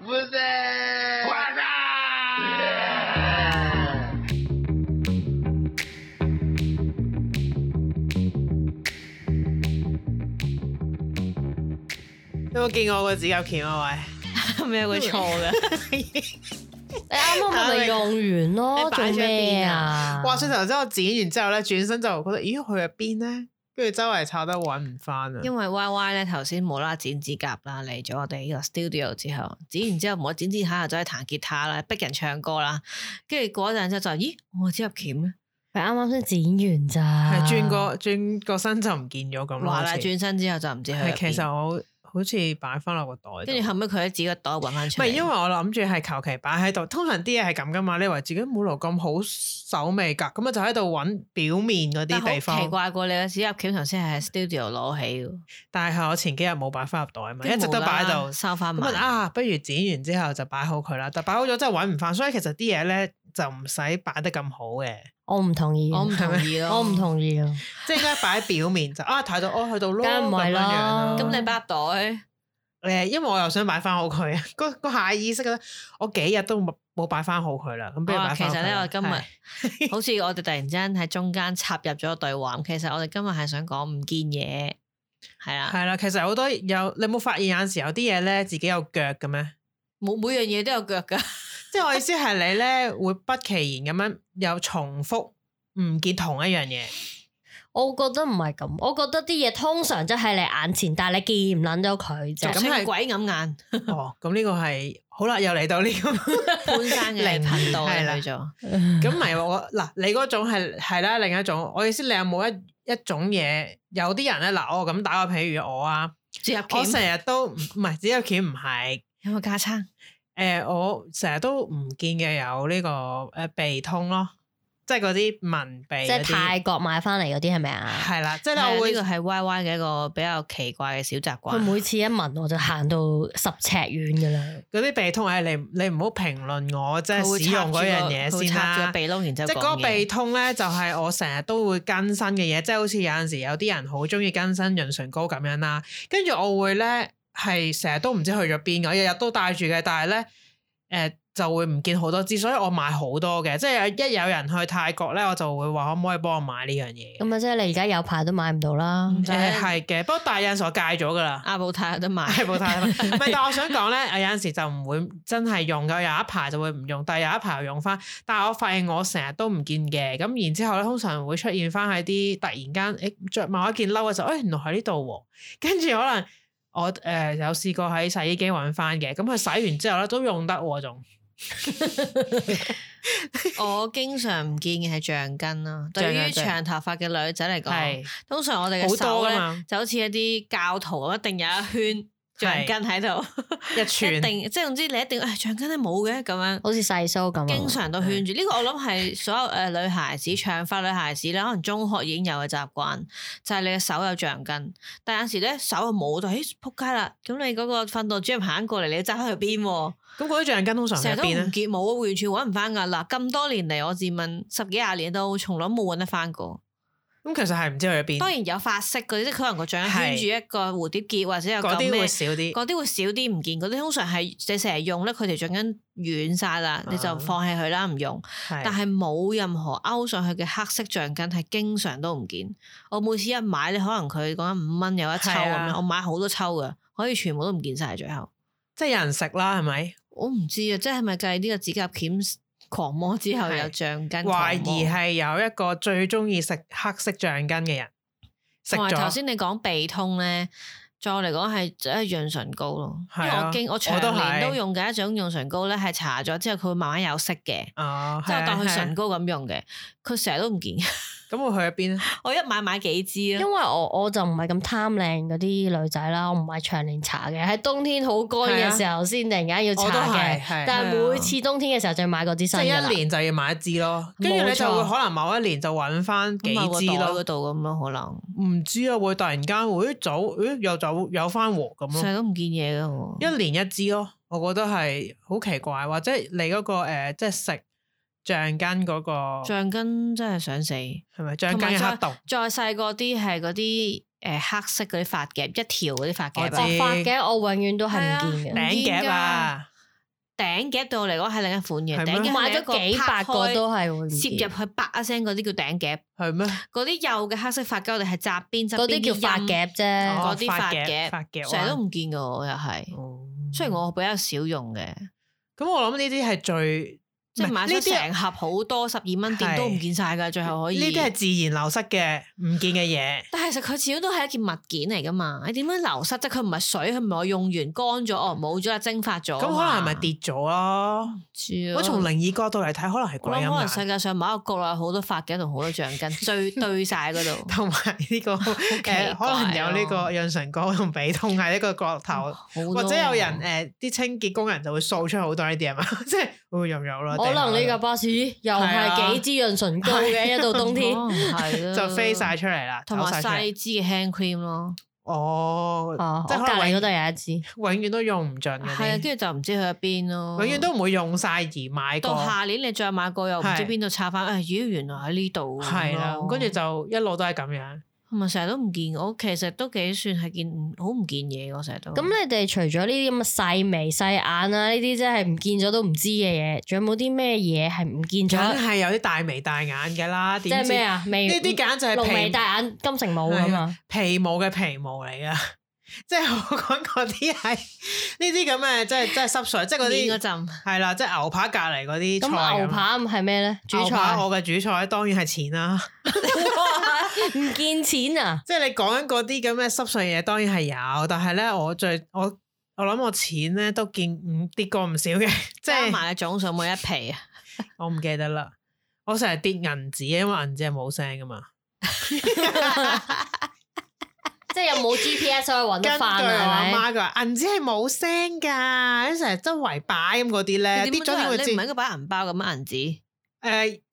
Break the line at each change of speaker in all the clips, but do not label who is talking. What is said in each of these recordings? Vous êtes...
有冇見我個指甲鉗啊？
咩會錯嘅？
喂，
你
哎
啱啱咪用完 咯，
你
哦做
擺咗
咩
邊
啊？
話說頭先我剪完之後咧，轉身就覺得，咦，去咗邊咧？跟住周圍抄得揾唔翻啊！
因為 Y Y 咧頭先無啦啦剪指甲啦，嚟咗我哋呢個 studio 之後，剪完之後冇得剪剪下，又走去彈吉他啦，逼人唱歌啦，跟住嗰陣之後就咦，我指甲鉗咧，
佢啱啱先剪完咋，
係轉個轉個身就唔見咗咁咯。
話啦
好似
轉身之後就唔知去咗
係
邊
其實我好似擺翻落個袋度，
跟住後尾佢喺自己個袋揾翻
唔
出嚟，
係因為我諗住係求其擺喺度，通常啲嘢係咁噶嘛。你以為自己冇勞咁好手尾㗎，咁啊就喺度揾表面嗰
但
啲
好
地
奇
方。
怪過你嘅指甲鉗頭先係喺 studio 攞起喎，
但係我前幾日冇擺翻入袋啊嘛，一直都
跟住無啦
擺
啦
喺度。
收翻
咁
埋
啊，。啊不如剪完之後就擺好佢啦。但擺好咗真係揾唔翻，所以其實啲嘢咧就唔使擺得咁好嘅，
我唔同意，
我唔同意咯，
我唔。同意啊！
即係應該擺喺表面就啊睇到哦去到咯
梗係唔
咁
係
樣
啦
樣
咁
咯。
你包
誒，
袋，
因為我又想擺翻好佢，嗰 個下意識咧，我幾日都冇冇擺翻好佢啦。咁不如
哇
擺
哦其
翻。
實咧我今
係
日 好似我哋突然之間喺中間插入咗對話，其實我哋今日係想講唔見嘢，係啦，
係啦，其實好多有你有冇發現有陣時有啲嘢咧自己有腳嘅咩？
每每樣嘢都有腳噶，
即係我意思係你咧會不其然咁樣有重複唔見同一樣嘢，
我覺得唔係咁，我覺得啲嘢通常即係你眼前，但係你見唔撚到佢
就
啫。
咁
咁
係
鬼 揞眼，
哦，咁呢個係好啦，又嚟到呢、個
潘生嘅
零
頻道
係啦
嚟做，
咁唔係喎我嗱，你嗰種係係啦，另一種。我意思你有冇一一種嘢？有啲人咧嗱，我咁打個譬如我啊，
接入
我
鉗
成日都唔唔係只有鉗唔係。
有冇架撐？
誒、我成日都唔見嘅有呢、個誒、鼻通咯，即係嗰啲紋鼻
即
嗰
係
啲，
泰國買翻嚟嗰啲係咪啊？
係啦，即係
係啊
咧我
呢
會
個係 Y Y 嘅一個比較奇怪嘅小習
佢
慣。
每次一聞我就行到十尺遠噶啦。
嗰啲鼻通係你你唔好評論我即
佢
係
會
使用嗰樣嘢
插住個佢會
先
插住
啦
個。鼻窿，然之
即
後
係嗰個
講嘢
鼻通咧，就係、我成日都會更新嘅嘢，即係好似有陣時有啲人好中意更新潤唇膏咁樣啦，跟住我會咧係成日都唔知去咗邊嘅，我日日都戴住嘅，但係咧誒就會唔見好多支，所以我買好多嘅，即係一有人去泰國咧，我就會話可唔可以幫我買呢樣嘢嘅？
咁啊，即係你而家有排都買唔到啦。
唔使
誒係嘅，不過大印所戒咗噶啦。
阿布泰有得 賣，
係冇太，唔係，但係我想講咧，有陣時就唔會真係用嘅，有一排就會唔用，但係有一排又用翻。但係我發現我成日都唔見嘅，咁然之後咧，通常會出現翻喺啲突然間，誒着某一件褸嘅時候，誒、哎原來喺呢度喎，跟住可能我誒、呃有試過喺洗衣機揾翻嘅，咁佢洗完之後咧都用得喎，仲
我經常唔見嘅係橡筋啦。
橡
對
筋
於長頭髮嘅女仔嚟講，
係
通常我哋
好
嘅手
多㗎
咧
嘛
就好似一啲教徒咁，一定有一圈橡
係
筋喺度，
一
一
串。
定即係總之你一定唉橡筋都冇嘅咁樣。
哦
好似細蘇咁啊，
經常都
嗯
圈住呢個，我諗係所有誒女孩子長髮女孩子咧，可能中學已經有嘅習慣，就係你嘅手有橡筋，但有時咧手又冇，就咦仆街啦！咁你嗰個訓導主任行過嚟，你要揸翻去邊喎？
咁嗰啲橡筋通常
成
喺
日都
邊啊
唔
咧？
見冇，完全揾唔翻噶。嗱，咁多年嚟，我自問十幾廿年都從來冇揾得翻過。
咁其實係唔知去咗邊，
當然有髮色嗰啲，即係佢可能個掌圈
係
住一個蝴蝶結或者有
嗰
嚿
啲
咩
會，少啲。
嗰啲會少啲唔見。嗰啲通常係你成日用咧，佢條橡筋軟晒
啊
啦，你就放棄佢啦，唔用。但
但
係冇任何勾上去嘅黑色橡筋係經常都唔見。我每次一買咧，可能佢講緊五蚊有一抽咁
係啊
樣，我買好多抽嘅，可以全部都唔見晒最後。
即係有人食啦，係咪？
我唔知啊，即係咪計呢個指甲鉗狂魔之後有橡筋
懷疑
係
係有一個最中意食黑色橡筋嘅人食
同埋頭
咗，
先你講鼻通咧，再嚟講係誒潤唇膏咯，因為
係啊
我經我
我都
長
係
年都用嘅一種潤唇膏咧，係搽咗之後佢會慢慢有色嘅，
哦，
即係我當佢
係啊
唇，膏咁用嘅，佢成日都唔見，
係啊咁會去咗邊咧？
我一買買幾支
因
啊
為。我我就唔係咁貪靚嗰啲女仔啦，我唔係長年搽嘅，喺冬天好乾嘅時候先突然間要搽
啊我都係
嘅。
係啊
但係每次冬天嘅時候就要買嗰支
即
新
係
嘅啦
一。年就要買一支咯，跟住
冇
你就
錯
會可能某一年就揾翻幾
咁啊個
支
袋嗰
咯，
度咁咯，可能
唔知啊，會突然間會咦走，咦又走有翻和咁
成
咯，
日都唔見嘢嘅喎。
一年一支咯，我覺得係好奇怪，或者你嗰個誒即係食橡筋嗰個
橡筋真係想死。
係咪橡筋
同埋
嘅黑洞？
再細個啲係嗰啲誒黑色嗰啲髮夾，一條嗰啲髮夾
我
啊
知
我發嘅，我永遠都係唔見
係啊
嘅。
頂夾啊！
頂夾對我嚟講係另一款
係
嘢，
咩
頂夾
買
係一個
咗幾百個
拍開
都係會唔見
攝入去叭一聲嗰啲叫頂夾，
係咩？
嗰啲幼嘅黑色髮夾我哋係紮邊側
嗰啲叫發
髮，
夾
哦嗰
啫。
啲
髮
髮夾
髮夾
成日都
彎
唔見噶我又係。
哦
雖然我比較少用嘅，
咁我諗呢啲係最
即係
哦唔係
買
呢
咗
啲
成盒好多十二蚊
係
店都唔見晒㗎，最後可以。
呢啲係自然流失嘅唔見嘅嘢。
但係其實佢始終都係一件物件嚟噶嘛，你點樣流失啫？佢唔係水，佢唔係我用完乾咗，哦冇咗啦，蒸發咗啊
咁
嘛。
可能係咪跌咗咯？
跌
我從靈異角度嚟睇，可能係啊
我
鬼
諗可能
咁
世
眼，
界上某一個角落有好多髮夾同好多橡筋，堆堆晒 嗰度，
同埋呢 個
怪啊
誒，
咯
可能有呢個潤唇膏同鼻痛喺呢個角頭，
好多
或者有人誒啲清潔工人就會掃出好多呢啲啊嘛， 即係啊會又有啦。
哦可能呢個巴士又係幾支潤唇膏 嘅，一到冬天
哦
可能係 咯
就飛晒，出嚟啦，
同
走晒
埋
出嚟
細支嘅 hand cream 咯，
哦，
哦，
即
我
係
隔
可能
離
永
嗰度有一支，
永遠都用唔盡嘅
係啊，跟
啲，
住就唔知去咗邊咯，
永遠都唔會用晒而買
到
過。
下年你再買個又唔知
係
邊度插翻，誒咦原來喺呢度咁
係啦
咯，
跟住就一路都係咁樣。
同埋成日都唔見，我其實都幾算係見好唔見嘢，我成日都。
咁你哋除咗呢啲咁嘅細眉細眼啊，呢啲真係唔見咗都唔知嘅嘢，仲有冇啲咩嘢係唔見
梗
咗？
係有啲大眉大眼嘅啦，
即
點
係
知
咩
呢
啊？眉
啲簡直係
濃眉
皮
大眼金城武啊嘛，
皮毛嘅皮毛嚟噶， 即係我講嗰啲係呢啲咁嘅，即係即係濕水，即係嗰
面嗰
啲
陣
係啦，即係牛扒隔離嗰啲菜
咁牛
咁
扒係咩咧？主
牛
菜啊
扒 我嘅主菜當然係錢啦，
唔見錢啊！
即係你講緊嗰啲咁嘅濕碎嘢，當然係有，但係咧我最我我諗我錢咧都見唔跌過唔少嘅， 即
加
係
埋嘅總數每一 皮啊，
我唔記得啦，我成日跌銀紙，因為銀紙係冇聲噶嘛。
即係有冇 GPS 可以揾
根
得
據我
翻
阿
啊？係咪
媽佢話銀紙係冇聲㗎，你成日周圍擺咁嗰啲咧，
你
跌
點
咗點
會
會
知？你
知
唔係？應該擺銀包咁樣銀紙，
誒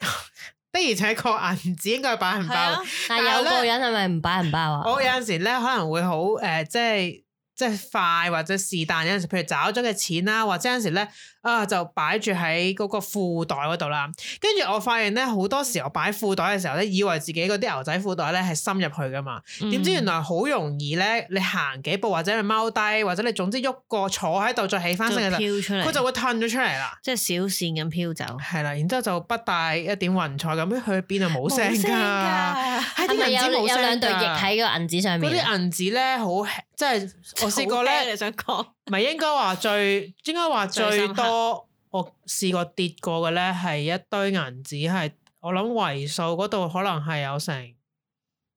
的而且確銀紙應該係擺銀
係
包
啊。，
但係有個人係咪唔擺銀包啊？
我有陣時咧可能會好誒、即係即係快或者是但有陣時，譬如找咗嘅錢啦，或者有陣時咧啊就擺住喺嗰個褲袋嗰度啦。跟住我發現咧好多時候擺褲袋嘅時候咧，以為自己嗰啲牛仔褲袋咧係深入去㗎嘛。點
嗯
知原來好容易咧，你行幾步或者你踎低，或者你總之喐過坐喺度再起翻身嘅時
飄出
候，
嚟，
佢就會褪咗出嚟啦。
即係小線咁飄走，
係啦，然之後就不帶一點雲彩咁，去邊啊冇聲
冇聲
㗎，
㗎
係
係咪
啲銀紙
有
冇
有兩
聲
對翼
㗎。
喺個銀紙上
嗰
面啊？
啲銀紙咧好，即係我試過
好聽
咧
你，想講
唔係應該話最，應該話
最
最
深刻
多我試過跌過嘅咧係一堆銀紙，係我諗為數嗰度可能係有成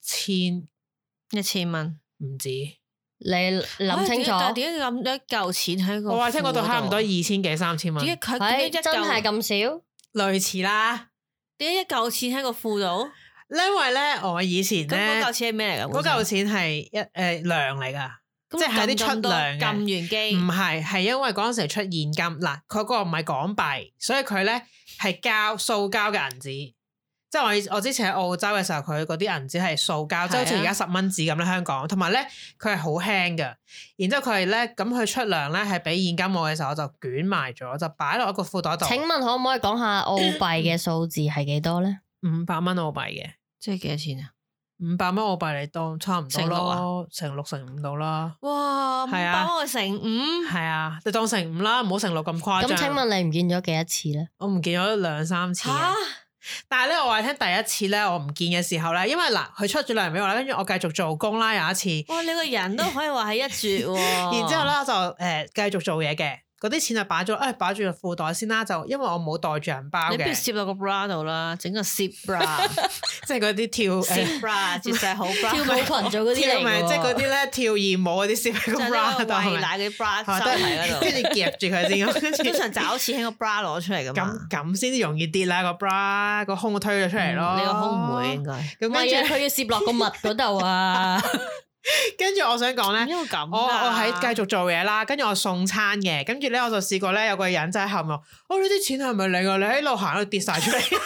千
一千蚊，
唔止。
你諗清楚，
但係點解咁一嚿錢喺個？
我話聽嗰度差唔多二，千幾三千蚊，
點解佢
係
點解
真
一嚿
係咁少？
類似啦。
點解一嚿錢喺個褲度？
因為咧，我以前
咁嗰
咧
嚿，錢係咩嚟㗎？
嗰嚿錢係一誒糧嚟噶，
咁
即係啲出
撳咁多
糧嘅
撳完機
唔係係因為嗰陣時出現金嗱，佢嗰個唔係港幣，所以佢咧係膠塑膠嘅銀紙。即係我以我之前喺澳洲嘅時候，佢嗰啲銀紙係塑膠，即係好似
係啊
而家十蚊紙咁啦。香港同埋咧，佢係好輕嘅。然之後佢係咧咁，佢出糧咧係俾現金我嘅時候，我就捲埋咗，就擺落一個褲袋度，
請問可唔可以講下澳幣嘅數字係幾多咧？
五百蚊澳幣嘅。
即係幾多錢啊？
五百蚊澳幣嚟當差唔多
成六啊
咯，成六成五到啦，
哇，五
係
百
啊
蚊我成五，
係啊，你當成五啦，唔好成六咁誇張。
咁請問你唔見咗幾多次咧？
我唔見咗兩三次嘅，啊
吓
但係咧我話你聽第一次咧我唔見嘅時候咧，因為嗱佢出咗糧俾我啦，跟住我繼續做工啦有一次，
哇！你個人都可以話係一絕喎。
然之後咧我就誒、呃、繼續做嘢嘅，嗰啲錢就擺咗誒擺住個褲袋先啦，就因為我冇袋住銀包
你不如
嘅，
攝落個 bra 度啦，整個攝 bra，
即係嗰啲跳誒。
攝 bra 絕世好 bra，
跳舞 群組嗰啲
跳
嚟
咪
㗎
即係嗰啲
喎
咧跳豔舞嗰啲攝喺
就
個
係呢
bra
個
度
餵
係咪，
奶嗰啲
係
bra 收喺嗰
跟
度，
住夾住佢先咁，跟住
通常找錢喺個 bra 攞出嚟噶嘛。嗯
咁咁先至容易跌啦個 bra 個胸推咗出嚟咯，
嗯你個胸唔會應該，
咁跟
唔係啊，
住
佢要攝落個襪嗰度啊！
跟住我想講咧，
因為咁㗎
我我喺繼續做嘢啦，跟住我送餐嘅，跟住咧我就試過咧有個人就喺後面話，哦呢啲錢係咪你㗎？你喺路行喺度跌晒出嚟，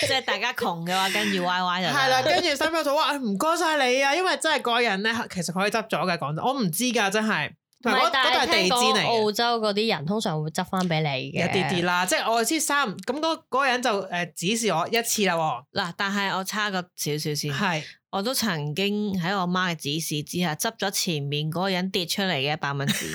即係大家窮嘅話，跟住 Y Y 就
係啦，跟住身邊就話哎唔該晒你啊，因為真係嗰個人咧其實佢可以執咗嘅，講真，我唔知㗎真係，
唔
唔係
係
嗰，
但
嗰度係
係
地氈
聽
嚟
講
嘅
澳洲嗰啲人通常會執翻俾你
一
嘅，
啲啲啦，即係我先三咁嗰嗰個人就誒指示我一次啦喎，
嗱，但係我差個少少先，
係
我都曾經喺我媽嘅指示之下，執咗前面嗰個人跌出嚟嘅一百蚊 紙。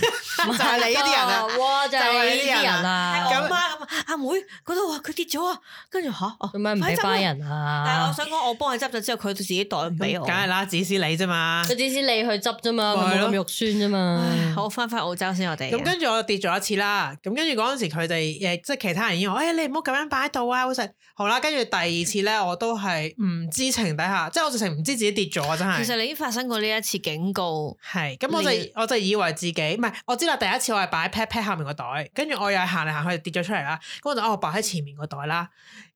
就係你呢啲人啊，
哇！就係你呢啲人
係
啊，
我媽咁啊，阿妹嗰度話佢跌咗啊，跟住吓，哦
做咩唔俾
快
班？
執啦
人
但係我
啊？
想講，我幫佢執咗之後，佢自己袋唔俾我
梗。係啦，指使你啫嘛。
佢只是你去執啫嘛，
咪
佢
係
冇
咯
咁肉酸啫嘛
唉。好，翻返澳洲先，我哋
咁跟住我跌咗一次啦，咁跟住嗰陣時佢哋誒即係其他人已經話：，誒、哎你唔好咁樣擺喺度啊，好食。好啦，跟住第二次咧，我都係唔知情底下，即係我直情唔知自己跌咗啊，真
其實
係。
你已經發生過呢一次警告，
係，咁我就
你
我就以為自己唔係，我知啦。第一次我係擺喺 pat pat 下面個袋，跟住我又係行嚟行去跌咗出嚟啦。咁我就哦，我擺喺前面個袋啦。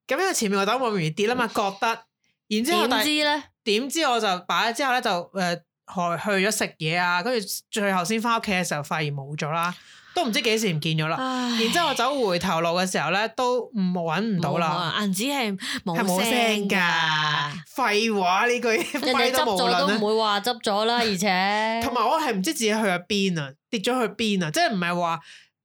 咁因為前面個袋冇容易跌啦嘛，覺得。然之後
點
但
知咧？
點知我就擺咗之後咧就誒害去咗食嘢啊，跟住最後先翻屋企嘅時候發現冇咗啦，都唔知幾時唔見咗啦。
唉
然之後我走回頭路嘅時候咧，都唔揾唔到啦，
冇啊，銀紙係冇
係冇聲㗎
㗎。。
廢話 呢句
人哋
廢
執
都無
咗都
論
唔
啦。
會話執咗啦，而 且
同埋我係唔知自己去咗邊啊，跌咗去邊啊，即係唔係話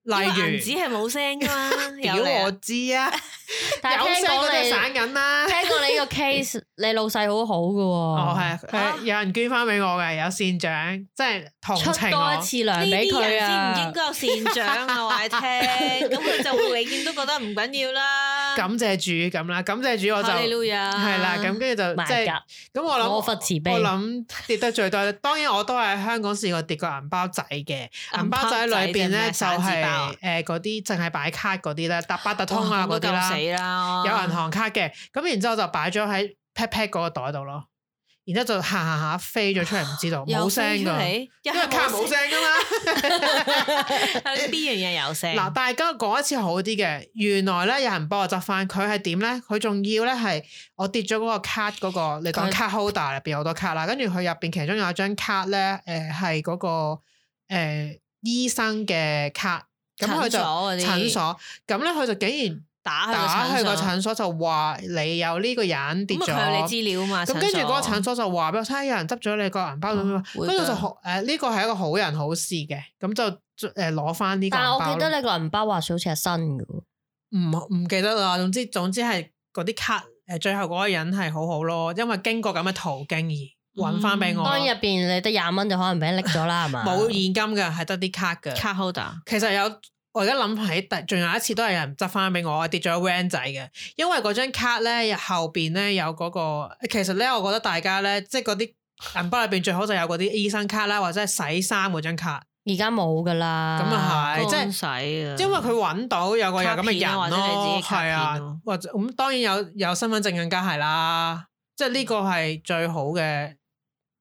例
因為銀
如
紙係冇聲㗎嘛，
屌
有你啊
我知啊，
但
有
係聽
聲嗰啲係
講
散
你
緊啦。
聽講你呢個 case，你老細好好嘅喎。
哦，係
啊
啊，係有人捐翻俾我嘅，有善長，即係同
出
情
多
我
一。次糧
呢
俾
啲
佢
人
啊！
先唔應該有善長 啊！我話你聽，咁佢就會永遠都覺得唔緊要啦。
感謝主咁啦，感謝主我就
哈利路亞
係啦，咁跟住就即
My
係
God
咁我
我
諗
佛慈悲
我諗跌得最多，當然我都喺香港試過跌過銀包仔嘅，
啊
銀包仔裏邊
銀
咧
包
就
仔定咩散紙包啊
係誒嗰啲淨係擺卡嗰啲咧，搭八達通
哇
啊
咁
嗰
都
啲啦，
夠死啦，
有銀行卡嘅，咁然之後就擺咗喺 pat pat 嗰個袋度咯，然之後就行行下飛咗出嚟，唔知道
有
冇聲
出
噶，
嚟，因
因為卡 冇聲噶嘛。
，B 樣嘢有聲。
嗱，但係今日講一次好啲嘅，原來咧有人幫我執翻，佢係點咧？佢仲要咧係我跌咗嗰個卡嗰、個，你
佢
講卡 holder 入邊有好多卡啦，跟住佢入邊其中有一張卡咧，誒係嗰個誒、呃、醫生嘅卡，咁佢就
診所嗰啲
診所，咁咧佢就竟然
打去個
打去個
診所，
診所就話你有呢個人跌
咁啊
咗。
佢有你資料嘛？
咁跟住嗰個診
所
所就話俾我聽，哎有人執咗你個銀包咁
哦
樣，
會
跟住
㗎
就好誒呢個係一個好人好事嘅，咁就誒攞翻呢個銀
但係
包咯。
我記得你個銀包話好似係新嘅喎，
唔唔記得啦，總之總之係嗰啲卡誒，最後嗰個人係好好咯，因為經過咁嘅途徑而揾翻俾我咯，
當然入邊你得廿蚊就可能俾人拎咗啦，係嘛？
哦 冇現金嘅，係得啲卡嘅。
卡 holder，
其實有我而家諗起，第仲有一次都係有人執翻俾我，我跌咗喺 van 仔嘅，因為嗰張卡咧後邊咧有嗰、個，其實咧我覺得大家咧即係嗰啲銀包裏邊最好就有嗰啲醫生卡啦，或者係洗衫嗰張卡，
而家冇噶啦。
咁啊係，即係
乾。洗啊，
因為佢揾到有個有咁嘅人
卡片啊或者你自
咯，
己卡
係
片咯
啊，或者咁當然有有身份證更加係啦，即係呢個係最好嘅，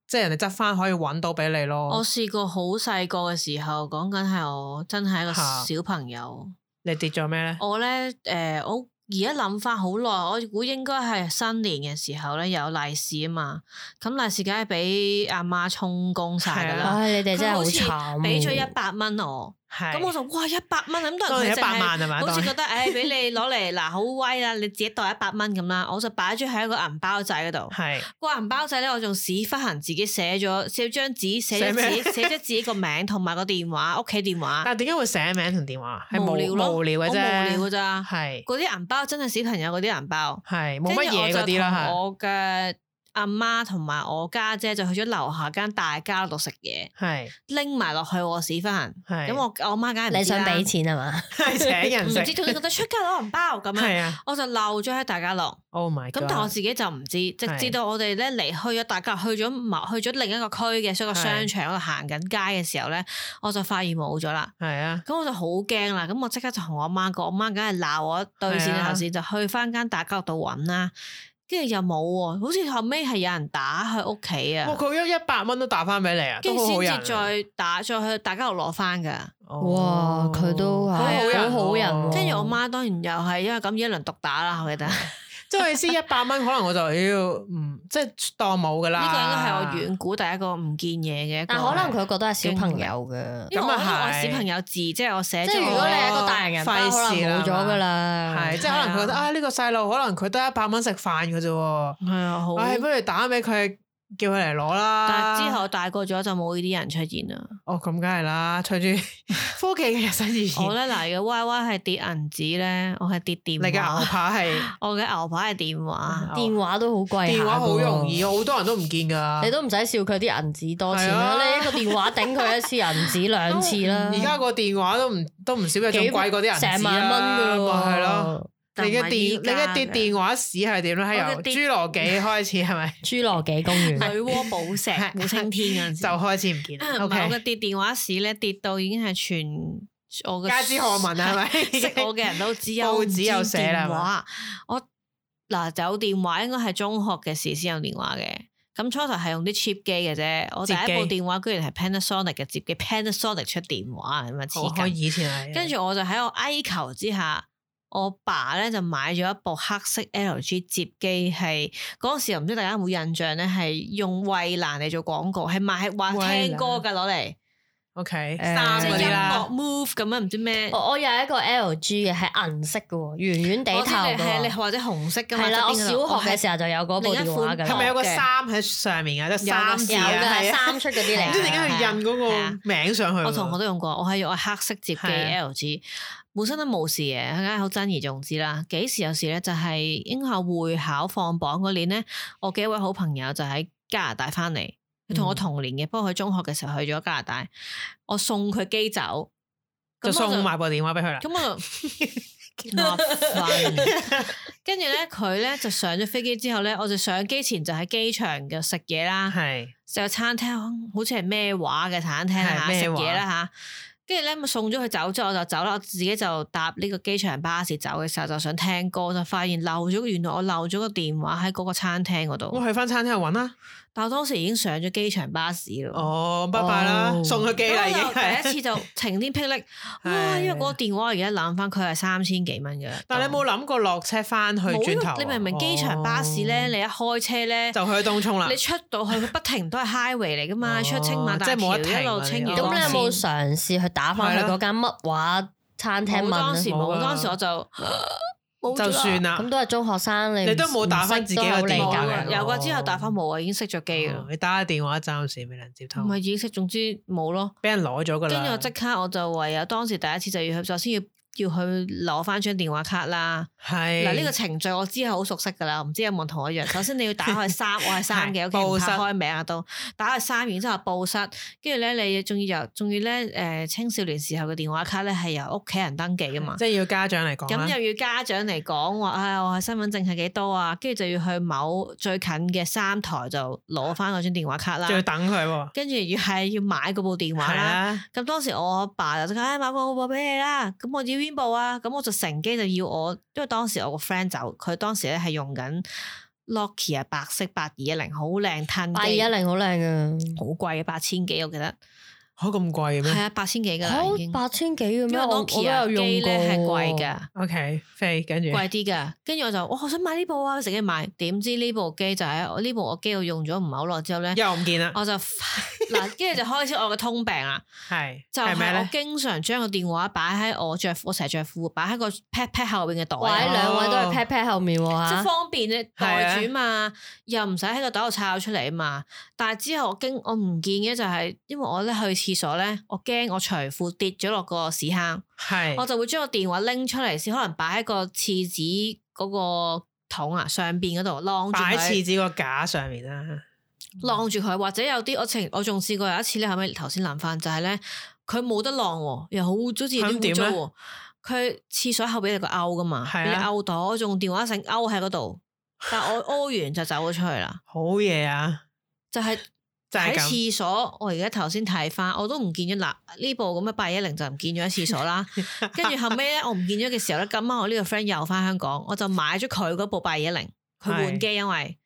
即係人哋執翻可以揾到俾你
我
咯。
試過好細個嘅時候，講緊係我真係一個
嚇
小朋友。
你跌咗咩咧？
我咧誒、呃我而家諗翻好耐，我估應該係新年嘅時候咧有利是啊嘛，咁利是梗係俾阿媽充公晒㗎
係啊
啦，
唉，你哋真係
佢
好慘。
俾咗一，百蚊我，
係
咁我就哇一百蚊咁多
當
人
然
佢
一
淨
百
係
萬係咪？
好似
當
覺
然
得誒俾你攞嚟嗱好威啦，你自己袋一百蚊咁啦，我就擺咗喺一個銀包仔嗰度。
係
個銀包仔咧，我仲屎忽痕自己寫咗寫張紙，寫
寫
咗
咩
自己寫咗自己個名同埋個電話，屋企電話。
但係點解會寫名同電話？ 係
無聊咯，
無無聊嘅
我無聊
啫，
㗎咋。
係
嗰啲銀包真係小朋友嗰啲銀包，
係冇乜嘢嗰啲啦，
跟住
係
我就同我嘅阿媽同埋我家姐就去咗樓下間大家樂度食嘢，
係
拎埋落去我屎忽痕。
係
咁我我媽梗係唔知啦
你想俾錢係啊嘛？
係請
唔
人
知，
食
佢覺得出街攞銀包咁樣，
係啊
我就漏咗喺大家樂。
！Oh my
咁但我
god！
自己就唔知，直
係
至到我哋咧離開咗大家去咗某去咗另一個區嘅，所以個
係
商場嗰度行緊街嘅時候咧，我就發現冇咗啦。
係啊，
咁我就好驚啦，咁我即刻就同我媽講，我媽梗係鬧我對線
係啊
頭先，就去翻間大家樂度揾啦，跟住又冇喎，好似後尾係有人打去屋企啊
哇！，佢一一百蚊都打翻俾你啊，
跟
都
住
好好人
先
啊哦
至。再打再去大家樂攞翻噶，
哇！佢都
好
係
好人，
好好人喎。
跟住我媽當然又係因為咁一輪毒打啦， 我記得呢
即係我意思一百蚊，可能我就要唔即係當冇噶啦。
個應該係我遠古第一個唔見嘢嘅一個，
但可能佢覺得係小朋友嘅，
因為我
咁啊
因為我
係
小朋友字，即係我寫
即
咗
係如果你係一個大人人包，可
費
能
事啦
冇咗噶啦。
係即係可能佢覺得
係啊
啊呢個細路可能佢得一百蚊食飯嘅啫喎，
係啊，好
唉不如打俾佢叫佢嚟攞啦。
但係之後大個咗就冇呢啲人出現 啦。
哦，咁梗係啦，隨住科技嘅日新月
我
異，
咧嗱，如果 Y Y 係跌銀紙咧，我係跌電
你嘅牛
話。
扒係哦
我嘅牛扒係電
啊
話，
電話都好貴下㗎喎，
電話好容易，好多人都唔見㗎。
你都唔使笑佢啲銀紙多錢
啊係啊
啦，
嗯
你一個電話頂佢一次銀紙兩 次啦，
而家個電話都唔都唔少，有仲貴嗰啲人
嗯成萬蚊
㗎
㗎喎，
啊係咯。你
但唔
嘅
係
電
依
你
家
嘅跌電話史係點咧？係
我
由
嘅跌
侏羅紀開始係 咪
侏羅紀公園
女媧寶石
係
冇升天嗰陣時嗯
就開始唔見啦
唔係我
？OK，
嘅跌電話史咧，跌到已經係全我嘅
家之何文啊係咪
識我嘅人都知，
報紙有寫
寫
啦係咪
話我嗱有電話應該係中學嘅事先有電話嘅。咁初頭係用啲 cheap 機嘅啫，我第一部
摺機
電話居然係 Panasonic 嘅摺機，Panasonic 出電話咁啊
我
黐
我
筋。
以前係
跟住我就喺我哀求之下，我爸咧就買咗一部黑色 LG 摺機，係嗰陣時唔知大家有冇印象咧，係用蔚蘭嚟做廣告，係賣話聽歌㗎攞嚟，
OK
誒
衫
即
嗰
係音
啲啦
樂，move 咁樣唔知咩。
我我有一個 LG 嘅係銀色嘅喎，圓圓地
我知
頭嘅
你係你
喎，
或者紅色㗎嘛？
係啦，我
側邊嗰度
小學嘅時候就有嗰部
另一
電
款
話㗎
係
啦
咪有個
嘅
衫喺上面㗎？即係三字
有
啊，
嘅
係啊，
三出嗰啲
唔
嚟，
知點解佢印嗰
係啊
個名上去
我
喎。
我同學都用過，我係用黑色摺機
係啊
LG，本身都冇事嘅，梗係好珍而重之啦。幾時有事咧？就係應該係會考放榜嗰年咧，我幾位好朋友就喺加拿大翻嚟，佢同我
嗯
同年嘅，不過佢中學嘅時候去咗加拿大，我送佢機走，
就
咁我
送埋部電話俾佢啦。
咁我 就麻煩。 跟住咧，佢咧就上咗飛機之後咧，我就上機前就喺機場嘅食嘢啦。
係
就有餐廳，好似係咩話嘅餐廳啦
係
嚇，
咩
食
話
嘢啦嚇。跟住咧，咪送咗佢走之後，我就走啦。我自己就搭呢個機場巴士走嘅時候，就想聽歌，就發現漏咗，原來我漏咗個電話喺嗰個餐廳嗰
我
度。
去翻餐廳度揾啦。
但我當時已經上咗機場巴士咯。
哦，拜拜啦
哦，
送佢機啦已經
咁我
係。
就第一次就晴天霹靂，哇！
係
因為嗰個電話我而家諗翻，佢係三千幾蚊嘅。
但你冇諗過落車翻去
冇
轉
用
頭啊？
哦你明唔明機場巴士咧？
哦
你一開車咧，
就去東涌啦
你。出到去，佢不停都係 highway 嚟噶嘛，
哦
出青馬大
即係冇
橋
得停
一路
嗰啲
清完
哦
嗰
咁
個
你有冇
線
嘗試去打翻去
係咯
嗰間乜話餐廳
冇
問啊
當時
冇
冇，
啊
當時我就冇咗啦
就算啦。
咁都係中學生，你唔
你都冇打返自己個
唔識都好理
電
冇
話
解
啊
㗎
有啊，之後打翻冇啊，已經熄咗機
哦
啦，
你打個電話暫時未能接
唔
通，
係已經熄，總之冇咯。
俾人攞咗㗎啦。
跟住我即刻我就唯有當時第一次就要去，首先要要去攞翻張電話卡啦。
係
嗱呢個程序我知係好熟悉㗎啦，唔知有冇人同我一樣。首先你要打開三，我係三嘅，
係
屋
報
企唔怕
失
開名啊都打開三，然之後報失，跟住咧你仲要由仲要咧誒、呃青少年時候嘅電話卡咧係由屋企人登記啊㗎嘛。
即係要家長嚟講啊
啊
啦
咁又要家長嚟講話，唉、我係身份證係幾多啊？跟住就要去某最近嘅三台就攞翻嗰張電話卡啦
仲，要等佢喎。
跟住要係要買嗰部電話
係
啦。
啊，
咁當時我阿爸就講：，哎唉、買部部俾你啦。咁我要邊部啊？咁我就乘機就要我，因為當時我個 friend 走，佢當時咧係用緊 Nokia 白色八二一零，好靚吞
八二一
機，
哎零好靚啊
好貴嘅八千幾，我記得
嚇哦咁貴嘅
係
咩
啊，八千幾
噶，
㗎啦已經
好。八千幾嘅
因
咩？
為
我我都有
Nokia
用
機咧係
過
貴㗎。
？OK，飛跟住
貴啊啲噶，跟住我就哇我想買呢部啊，成日買，點知呢部機就係我呢部我機我用咗唔係好耐之後咧，
又唔見啦，
我就 嗱，跟住就開始我嘅通病啦，
係
就
係咩
係我
咧？
經常將個電話擺喺我着褲，我成日着褲，擺喺個 pat pat 後邊嘅袋
或者
啊，
兩位都係 pat pat 後面喎
啊
即係
嚇
方便你袋住嘛，又唔使喺個袋度抄出嚟啊嘛。但係之後我經我唔見嘅就係，因為我咧去廁所咧，我驚我除褲跌咗落個屎坑。我
係
就會將個電話拎出嚟先，可能擺喺個廁紙嗰個桶啊上邊嗰度，晾住
擺廁
佢，
紙個架上面啊啦。
晾住佢，或者有啲我情我仲試過有一次咧，後尾頭先諗翻就係咧，佢冇得晾喎，又好污糟，好似有
咁
啲
點
污
咧
糟喎。佢廁所後邊有個勾噶嘛，
係啊
俾你勾到，我仲電話繩勾喺嗰度，但我屙完就走咗出去啦，
好嘢啊！
就係、
就係
喺
咁，
廁所，我而家頭先睇翻，我都唔見咗嗱呢部咁嘅八一零就唔見咗喺廁 所啦。跟住後尾咧，我唔見咗嘅時候咧，咁啱我呢個 friend 又翻香港，我就買咗佢嗰部八一零，佢換機，因為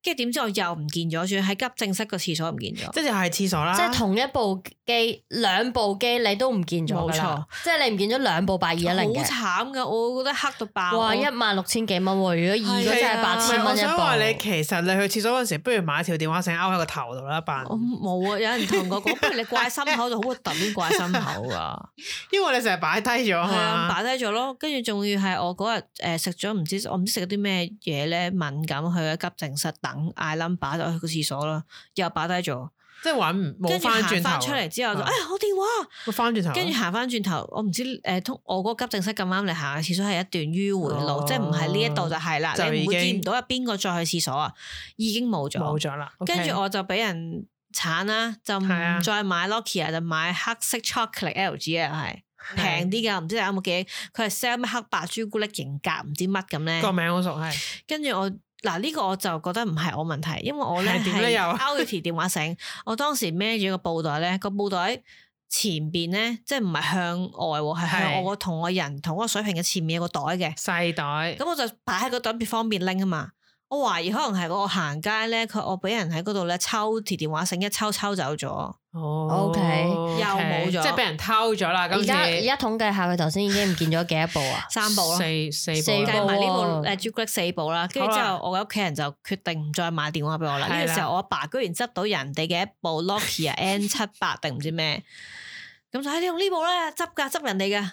跟住點知我又唔見咗，仲要喺急症室個廁所唔見咗。
即係又係廁所啦。
即係同一部機兩部機你都唔見咗㗎啦，即係你唔見咗兩部八二一零嘅。
好慘噶，我覺得黑到爆。
哇！
我
一萬六千幾蚊喎，如果二
係
嗰真
啊
係八
唔係
千
我
蚊一
想話你，
部。
其實你去廁所嗰陣時，不如買條電話繩勾喺個頭度啦，扮
我。冇啊！有人同我講， 不如你掛心口就好核突咁掛心口啊！
因為你成日擺低咗
係啊，
啊嘛。
擺低咗咯，跟住仲要係我嗰日誒食咗唔知我唔知食咗啲咩嘢咧，敏感去咗急症室，第等嗌 number 就去個廁所啦，又擺低咗，
即係揾唔
跟
冇
住
翻
行
轉頭
翻
啊，
出嚟之後就，
啊
哎呀我電話，
咪翻轉頭咯，啊
跟住行翻轉頭，我唔知誒通我嗰個急症室咁啱你行嘅廁所係一段迂回路，
哦
即係唔係呢一度就係啦，
就
你
已
唔會見
經
唔到有邊個再去廁所啊，已經冇咗。
冇咗啦。
跟住
OK
我就俾人鏟啦，就唔
係啊
再買 Nokia，就買黑色 chocolate LG 啊，係
係
平啲嘅，唔知你有冇記憶？佢係 sell 咩黑白朱古力型格唔知乜咁
個
咧。
名好熟係，
跟住我嗱呢個我就覺得唔係我問題，因為我咧
係點咧
係
又
Outity 電話繩，我當時孭住個布袋咧，個布袋。前邊咧，即係唔係向外喎，係向
係
我個同我人同我水平嘅前面有個袋嘅，
細袋
咁我就擺喺個袋，方便拎啊嘛。我懷疑可能係我行街咧，佢我俾人喺嗰度咧抽條電話繩一抽抽走咗，
哦
OK
又冇咗
即係俾人偷咗啦。
而
今次
家而家統計下佢頭先已經唔見咗幾多部 啊？
三部啦，
四四
四
步
部
計
啦
埋呢部
喎
誒朱古力四部啦。跟住之
好
後
啦，
我嘅屋企人就決定唔再買電話俾我啦。呢
係
個
啦
時候，我阿爸居然執到人哋嘅一 部 Nokia N 七八定唔知咩，咁就喺你用呢部咧執㗎，執人哋嘅，